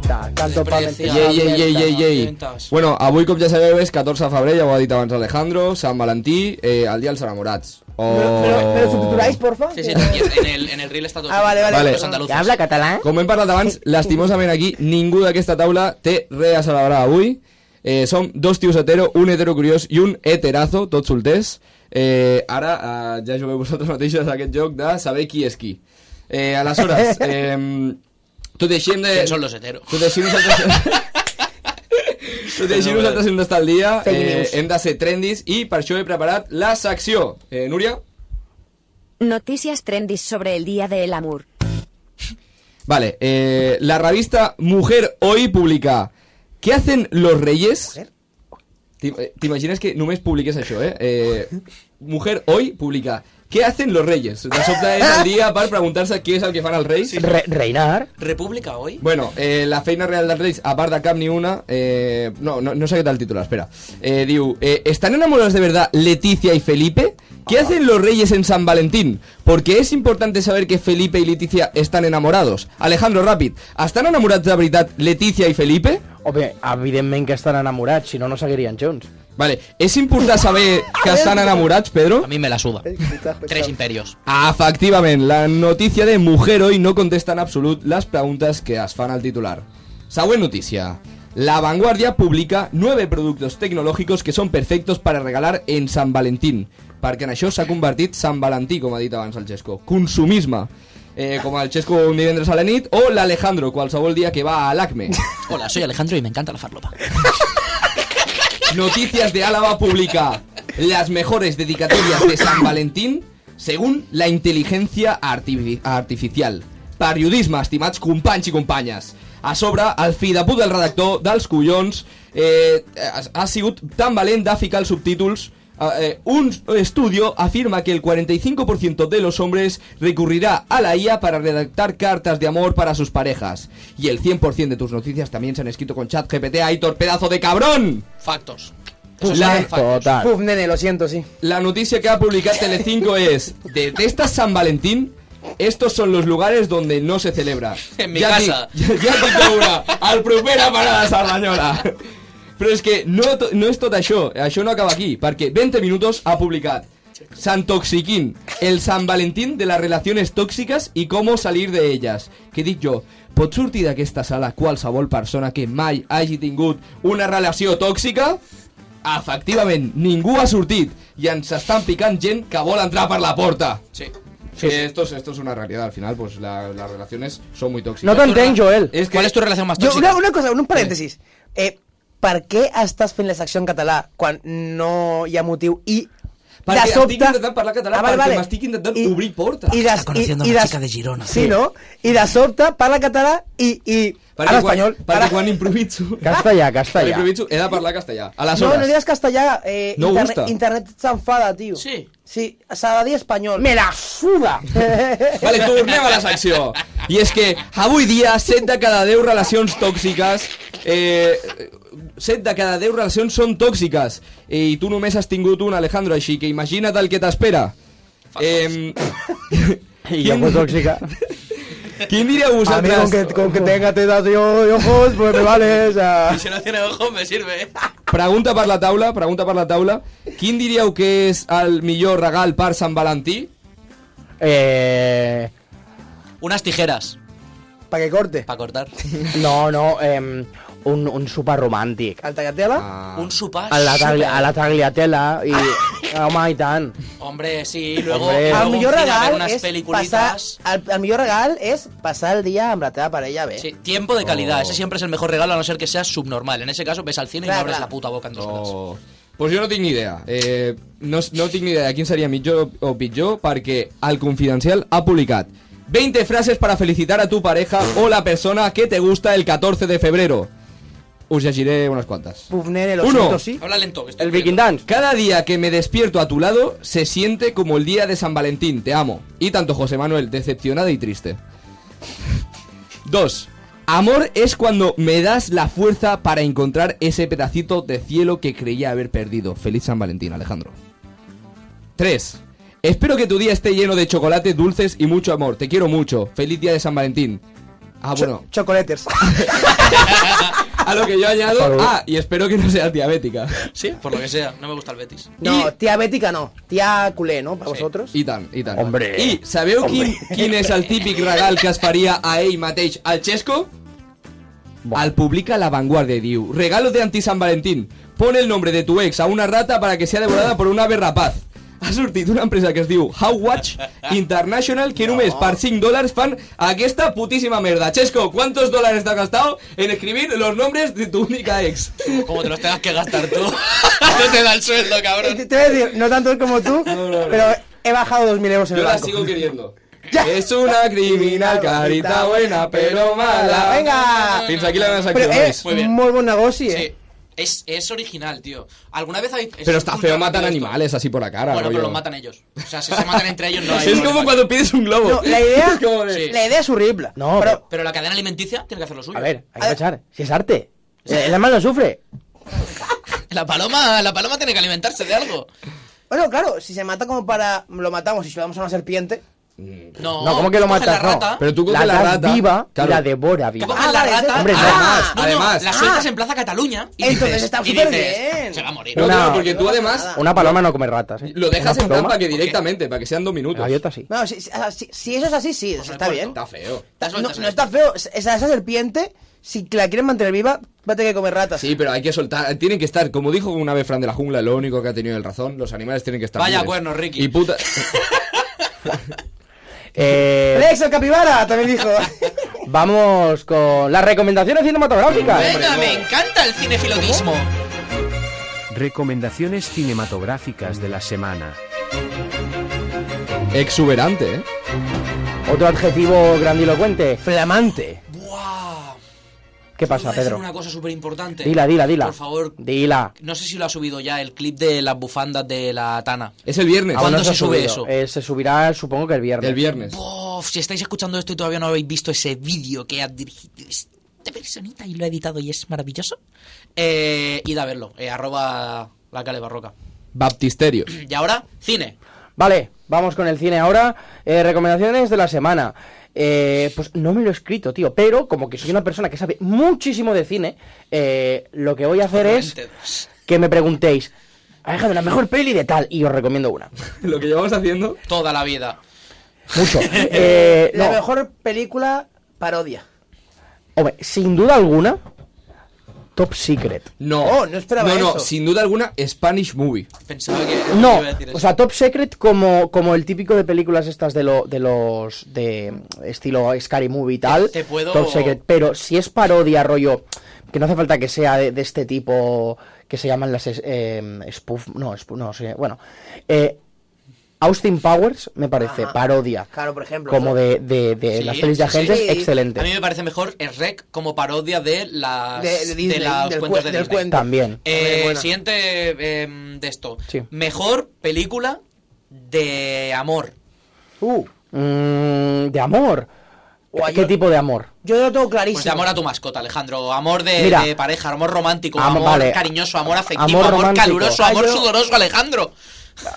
S2: Ta, Canto pa'
S4: Yey,
S2: mentir.
S4: yey, yey, yey, yey. Bueno, a Boicop ja sabeu, és 14 de febrer, ja ho ha dit abans Alejandro, Sant Valentí, eh, el dia dels enamorats. O...
S1: Pero, pero subtituláis, porfa.
S14: Sí, sí, aquí en el, en el reel está todo.
S1: Ah, vale, vale.
S4: Vale.
S14: Los andaluces.
S1: habla catalán?
S4: Com hem parlat abans, lastimosament aquí ningú d'aquesta taula té res a celebrar avui. Eh, som dos tios hetero, un hetero curiós i un heterazo, tots solters. Eh, ara eh, ja jugueu vosaltres mateixos a aquest joc de saber qui és qui. Eh, aleshores, eh, Tu deixem de...
S14: ¿Quién son los heteros?
S4: Tu deixem nosaltres... tu deixem
S14: No,
S4: nosaltres hem d'estar al dia,
S14: Fake
S4: eh,
S14: news.
S4: hem de ser trendis i per això he preparat la secció. Eh, Núria?
S17: Noticias trendis sobre el Día del Amor.
S4: Vale, eh, la revista Mujer Hoy publica ¿Qué hacen los reyes? Ti- eh, T'imagines que només publiques això, eh? eh Mujer Hoy publica ¿Què hacen los reyes? De sobte és el dia per preguntar-se què és el que fan els reis.
S2: Re reinar.
S14: ¿República hoy?
S4: Bueno, eh, la feina real dels reis, a part de cap ni una, eh, no, no, no sé què tal titular, espera. Eh, diu, eh, ¿están enamorados de verdad Leticia y Felipe? ¿Qué hacen los reyes en San Valentín? Porque es importante saber que Felipe y Leticia están enamorados. Alejandro, Rapid, ¿están enamorados de verdad Leticia y Felipe?
S2: Home, evidentment que estan enamorats, si no, no seguirien junts.
S4: Vale, ¿es importante saber que están enamorados, Pedro? A
S14: mí me la suda. Tres imperios.
S4: Efectivament, la notícia de Mujer Hoy no contesta en absolut les preguntes que es fan al titular. Següent notícia. La Vanguardia publica nueve productos tecnológicos que son perfectos para regalar en San Valentín. Perquè en això s'ha convertit Sant Valentí, com ha dit abans el Xesco. Consumisme. Eh, com el Xesco un divendres a la nit o l'Alejandro, qualsevol dia que va a l'ACME.
S14: Hola, soy Alejandro y me encanta la farlopa.
S4: Noticias de Álava publica las mejores dedicatorias de San Valentín según la inteligencia artifi- artificial. Periodisme, estimats companys i companyes. A sobre, el fill de put del redactor dels collons eh, ha- ha sigut tan valent de ficar els subtítols eh, eh, un estudio afirma que el 45% de los hombres recurrirá a la IA para redactar cartas de amor para sus parejas. Y el 100% de tus noticias también se han escrito con chat GPT. ¡Aitor, pedazo de cabrón!
S14: Factos.
S4: La,
S2: Puf, nene, lo siento, sí.
S4: la noticia que ha publicado Telecinco es ¿Detestas San Valentín? Estos son los lugares donde no se celebra.
S14: En mi
S4: ti-
S14: casa.
S4: Ya, ya tinc una. El proper a Parada Cerdanyola. Però és que no, to- no és tot això. Això no acaba aquí, perquè 20 Minutos ha publicat Santoxiquín, el San Valentín de las relaciones tóxicas y cómo salir de ellas. Que dic jo, pot sortir d'aquesta sala qualsevol persona que mai hagi tingut una relació tòxica? Efectivament, ningú ha sortit i ens estan picant gent que vol entrar per la porta.
S14: Sí.
S4: Sí, esto, es, esto es una realidad. Al final, pues la- las relaciones son muy tóxicas.
S2: No t'entenc, Joel.
S4: És que- ¿Cuál es tu relación más
S1: Yo,
S4: tóxica?
S1: una, una cosa, un parèntesis. Eh, per què estàs fent la secció en català quan no hi ha motiu i
S4: Perquè
S1: de
S4: estic
S1: sobte...
S4: intentant parlar català,
S1: Ah,
S4: perquè
S1: vale, vale.
S4: m'estic intentant obrir portes.
S1: I des, i, i des, Sí, no? I de sobte parla català i... i
S4: Perquè
S1: parla
S4: quan-
S1: espanyol.
S4: perquè quan improviso...
S2: Castellà,
S4: Quan
S2: castellà.
S4: improviso he de parlar castellà.
S1: No,
S4: Aleshores,
S1: no digas castellà. Eh,
S4: No
S1: internet,
S4: gusta.
S1: internet s'enfada, tio. Sí. Sí, s'ha de dir espanyol.
S2: Me la suda!
S4: Vale, tornem a la secció. I és que avui dia 7 de cada 10 relacions tòxiques... Eh, 7 de cada 10 relacions són tòxiques. Eh, I tu només has tingut un, Alejandro, així que imagina't el que t'espera. Eh,
S2: I jo fos tòxica.
S4: ¿Quién diría vosaltres?
S2: A mí pues, con que, con que tenga tetas y o- y ojos, pues me vale, o sea...
S14: Y si no tiene ojos, me sirve. ¿eh?
S4: pregunta per la taula, pregunta per la taula. Quin diríeu que és el millor regal per Sant Valentí?
S2: Eh...
S14: Unas tijeras.
S2: ¿Para que corte?
S14: Para cortar.
S2: No, no, eh, un, un súper romàntic.
S1: El tagliatela?
S4: Ah.
S14: Un sopar.
S2: A la, tagli,
S14: súper.
S2: a la tagliatela i...
S3: Ah.
S2: Home, i tant.
S14: Hombre, sí, luego.
S2: Hombre.
S14: luego
S2: Al
S1: el
S14: un
S1: millor
S14: cine a ver
S1: regal
S14: unas
S1: és passar,
S14: peliculitas.
S1: el, el millor regal és passar el dia amb la teva parella bé.
S14: Sí, tiempo de calidad. Ese siempre es el mejor regalo, a no ser que seas subnormal. En ese caso, ves al cine y no
S1: Claro,
S14: abres
S1: claro.
S14: la puta boca en dos horas.
S4: Oh. Pues jo no tinc ni idea. Eh, no, no tinc ni idea de quin seria millor o pitjor perquè el Confidencial ha publicat 20 frases para felicitar a tu pareja o la persona que te gusta el 14 de febrero. Us llegiré unes quantes.
S1: Puf, nene, lo
S4: Uno.
S1: siento, sí.
S14: Habla lento, que estoy
S4: El
S14: viendo.
S4: Viking Dance. Cada día que me despierto a tu lado se siente como el día de San Valentín. Te amo. Y tanto José Manuel, decepcionada y triste. 2. Amor es cuando me das la fuerza para encontrar ese pedacito de cielo que creía haber perdido. Feliz San Valentín, Alejandro. 3. Espero que tu día esté lleno de chocolate, dulces y mucho amor. Te quiero mucho. Feliz día de San Valentín. Ah,
S1: Cho-
S4: bueno.
S1: Chocolaters.
S4: A lo que yo añado. Ah, y espero que no seas diabética.
S14: Sí, por lo que sea. No me gusta el Betis.
S1: No, tía bética no. Tía culé, ¿no? Para vosotros.
S4: I tant, i tant.
S2: Hombre.
S4: I sabeu quin, quin és el típic regal que es faria a ell mateix al Chesco? Al publica La Vanguardia i diu Regalo de anti-San Valentín Pon el nombre de tu ex a una rata para que sea devorada por una berrapaz ha sortit una empresa que es diu How Watch International que només per 5 dòlars fan aquesta putíssima merda. Chesco, ¿cuántos dólares te has gastado en escribir los nombres de tu única ex?
S3: Como te los tengas que gastar tú. no te da el sueldo,
S2: Este
S3: cabrón.
S1: Te voy a decir, no tanto como tú, pero he bajado 2.000 euros en
S4: Yo
S1: el
S4: la
S1: banco.
S4: sigo queriendo. Es una criminal, carita buena, pero mala.
S1: Venga. eh,
S4: Fins aquí la meva secció,
S1: Però
S4: nois.
S1: és un molt bon negoci, eh?
S3: Es, es original, tío. ¿Alguna vez habéis.? es
S4: Pero está
S3: ultra
S4: feo matar
S3: curioso.
S4: animales así por la cara.
S3: Bueno, pero
S4: rollo.
S3: los matan ellos. O sea, si se matan entre ellos, no hay.
S4: es
S3: problema.
S4: como cuando pides un globo.
S1: No, la idea,
S3: Sí.
S1: la idea es horrible.
S2: No, pero,
S3: Pero la cadena alimenticia tiene que hacer lo suyo.
S2: a ver, hay que pensar. Si es arte. El animal no sufre.
S3: La paloma, la paloma tiene que alimentarse de algo.
S1: Bueno, claro, si se mata como para... Lo matamos y se lo damos a una serpiente.
S3: No,
S2: No, ¿cómo que lo
S3: coges
S2: matas?
S3: La
S2: No.
S3: rata,
S2: Pero tú
S1: coges la rata,
S2: viva
S4: claro.
S2: y la devora viva.
S3: coges la rata.
S2: Hombre, no
S3: ah,
S2: más.
S3: no, no,
S2: Además. Ah.
S3: la sueltas en Plaza Cataluña. Y
S1: Entonces
S3: dices,
S1: está
S3: y
S1: súper
S3: dices,
S1: bien.
S3: Se va a morir.
S4: No, claro, porque tú además
S2: Una paloma no come ratas. ¿eh?
S4: lo dejas
S2: Una
S4: en
S2: paloma,
S4: trampa que directamente, para que sean dos minutos.
S2: Gaviota sí.
S1: Bueno, si, si- ah, si- si eso es así, sí, o sea, está bien.
S4: Está feo.
S1: Está- no, no está feo. Esa, esa serpiente, si la quieren mantener viva, va a tener que comer ratas.
S4: Sí, pero hay que soltar, tienen que estar, como dijo una vez Fran de la jungla, lo único que ha tenido el razón, los animales tienen que estar
S3: Vaya
S4: libres.
S3: cuernos, Ricky.
S4: Y puta...
S2: Eh,
S1: Rex el capibara, también dijo.
S2: vamos con las recomendaciones cinematográficas.
S3: Venga, me encanta el cinefilotismo.
S18: Recomendaciones cinematográficas de la semana.
S4: Exuberante, ¿eh?
S2: Otro adjetivo grandilocuente.
S1: Flamante.
S3: Buah.
S2: ¿Qué pasa,
S3: Voy a decir
S2: Pedro?
S3: una cosa súper importante.
S2: Dila, dila, dila.
S3: Por favor,
S2: Dila.
S3: no sé si lo ha subido ya el clip de las bufandas de la Tana.
S4: Es el viernes.
S3: ¿Cuándo
S2: no
S3: se
S2: ha
S3: sube
S2: subido.
S3: eso?
S2: Eh, se subirá, supongo que el viernes.
S4: El viernes.
S3: Bof, si estáis escuchando esto y todavía no habéis visto ese vídeo que ha dirigido esta personita y lo ha editado y es maravilloso, eh, id a verlo. eh, arroba la Cale Barroca.
S4: Baptisterio.
S3: Y ahora, cine.
S2: Vale, vamos con el cine ahora. Eh, recomendaciones de la semana. Eh, pues no me lo he escrito, tío. Pero como que soy una persona que sabe muchísimo de cine, eh, lo que voy a hacer es que me preguntéis, Alejandro, la mejor peli de tal. Y os recomiendo una.
S4: lo que llevamos haciendo...
S3: Toda la vida.
S2: Mucho. Eh,
S1: La
S2: no,
S1: mejor película parodia.
S2: hombre, sin duda alguna, Top Secret.
S4: No,
S1: Oh, no esperaba
S4: no,
S1: eso.
S4: sin duda alguna, Spanish Movie.
S3: Pensaba que...
S2: No, o sea, Top Secret como, como el típico de películas estas de, lo, de los de mm, estilo Scary Movie y tal.
S3: Te- te puedo-
S2: Top Secret, pero si es parodia, rollo, que no hace falta que sea de, de este tipo que se llaman las es- eh, spoof, no, spoof, no, sí, bueno. Eh, Austin Powers me parece
S1: Ajá.
S2: parodia.
S1: Claro, por ejemplo.
S2: Como de, de- de las pelis de agentes, excelente.
S3: A mí me parece mejor el rec como parodia de las
S1: De- de Disney,
S3: las
S1: del
S3: cuentos
S1: cuen-
S3: de
S1: del
S3: Disney.
S1: cuento.
S2: También.
S3: Eh,
S1: Hombre, buena.
S3: siguiente em, de esto.
S2: Sí.
S3: Mejor película de amor.
S2: Mm, de amor.
S1: Guay,
S2: ¿Qué
S1: yo-
S2: tipo de amor?
S1: Yo lo tengo
S3: Pues de
S1: clarísimo.
S3: amor a tu mascota, Alejandro. Amor de,
S2: Mira.
S3: de pareja, amor romántico,
S2: Am-
S3: amor
S2: vale.
S3: cariñoso, amor afectivo,
S2: Amor
S3: amor,
S2: romántico.
S3: caluroso,
S2: Ay,
S3: amor
S2: yo-
S3: sudoroso, Alejandro.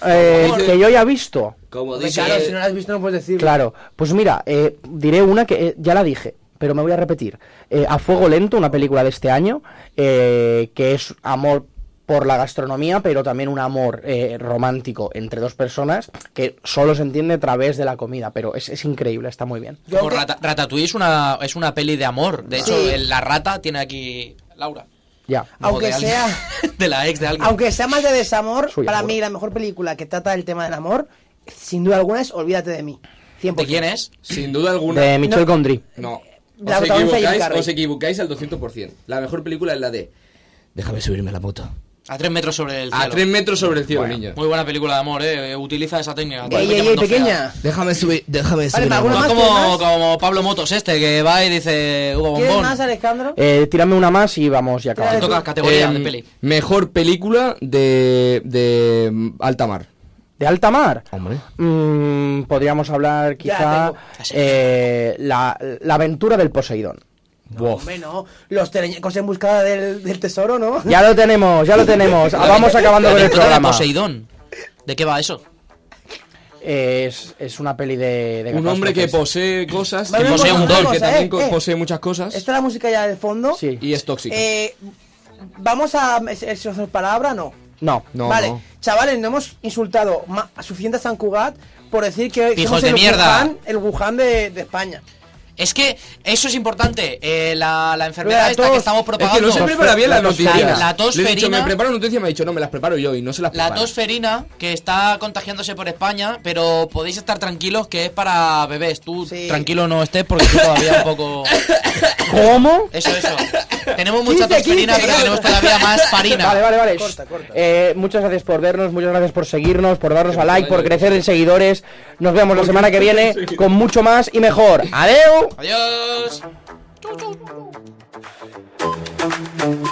S2: Eh,
S3: Amor.
S2: que yo haya visto.
S4: Como
S1: Hombre, claro, si no la has visto no puedes decir.
S2: Claro, pues mira, eh, diré una que eh, ya la dije, pero me voy a repetir. Eh, a Fuego Lento, una película de este año, eh, que es amor por la gastronomía, pero también un amor eh, romántico entre dos personas que solo se entiende a través de la comida, pero es, es increíble, está muy bien.
S1: Yo
S3: Como
S1: que-
S3: Rata- Ratatouille es una, es una peli de amor. De hecho,
S1: Sí.
S3: el- la rata tiene aquí... Laura.
S2: Ya.
S3: No,
S1: Aunque
S3: de alguien-
S1: sea-
S3: de la ex de alguien.
S1: Aunque sea más de desamor,
S2: Soy
S1: para
S2: amor.
S1: mí la mejor película que trata el tema del amor, sin duda alguna, es Olvídate de mí. 100%.
S3: ¿De quién es?
S4: Sin duda alguna...
S2: De Michel Gondry.
S4: No.
S1: La
S4: os,
S1: protagonista de Jim
S4: equivocáis,
S1: Carrey.
S4: os equivocáis al 200%. La mejor película es la de... Déjame subirme a la moto.
S3: A tres metros sobre el cielo.
S4: A tres metros sobre el cielo, niño.
S3: Muy buena película de amor, eh. Utiliza esa técnica.
S1: Ey, ey, ey,
S3: técnica
S1: pequeña.
S4: Déjame subir, Eh, déjame
S1: Vale, ¿alguna
S3: No
S1: más? ¿Quieres
S3: como,
S1: más?
S3: como Pablo Motos este, que va y dice Hugo
S1: ¿Quieres
S3: Bombón.
S1: más, Alejandro?
S2: Eh, tírame una más y vamos y
S3: Te
S2: acabamos.
S3: toca categoría de
S4: Em,
S3: peli.
S4: Mejor película de, de mm, alta mar.
S2: ¿De alta mar?
S4: Hombre.
S2: Mm, podrías hablar
S1: la
S2: quizá
S1: tengo.
S2: eh, la, la aventura del Poseidón.
S1: Hombre, no. Los teleñecos en busca del, del tesoro, ¿no?
S2: Ya lo tenemos, ya lo tenemos. Ah, Vamos acabando
S3: La
S2: con el
S3: aventura de
S2: programa.
S3: Poseidón. ¿De qué va eso?
S2: Es, es una peli de, de
S4: Un
S1: pues,
S4: hombre que
S2: catástrofes.
S4: posee cosas.
S1: Vale,
S4: que
S1: una
S4: posee
S1: cosa,
S4: un
S1: una
S4: don. Que
S1: cosa,
S4: también
S1: eh,
S4: co-
S1: eh.
S4: posee muchas cosas.
S1: Está la música ya de fondo.
S2: Sí.
S4: Y es tóxico.
S1: Eh, Vamos a. ¿Es, es, es palabra? No.
S2: No.
S4: No,
S1: vale,
S4: no.
S1: chavales, no hemos insultado ma- a suficiente a San Cugat por decir que
S3: Pijos
S1: somos
S3: de
S1: el
S3: mierda.
S1: Wuhan, el Wuhan de, de España.
S3: Es que eso es importante. eh, la, la enfermedad
S4: La
S3: esta
S4: tos.
S3: que estamos propagando.
S4: Es que no se prepara bien las noticias. Le he dicho,
S3: La
S4: me
S3: tosferina.
S4: preparo noticias y me ha dicho, no, me las preparo yo y no se las
S3: La
S4: prepara.
S3: tosferina que está contagiándose por España, pero podéis estar tranquilos que es para bebés. Tú tranquilo no estés porque tú todavía un poco.
S2: ¿Cómo?
S3: Eso, eso. Tenemos mucha
S2: 15,
S3: tosferina,
S2: 15,
S3: pero tenemos todavía más farina.
S2: Vale, vale, vale. Eh, muchas gracias por vernos, muchas gracias por seguirnos, por darnos a like, por crecer en seguidores. Nos vemos la semana que viene con mucho más y mejor. ¡Adeu!
S3: Adiós.
S5: Thank you.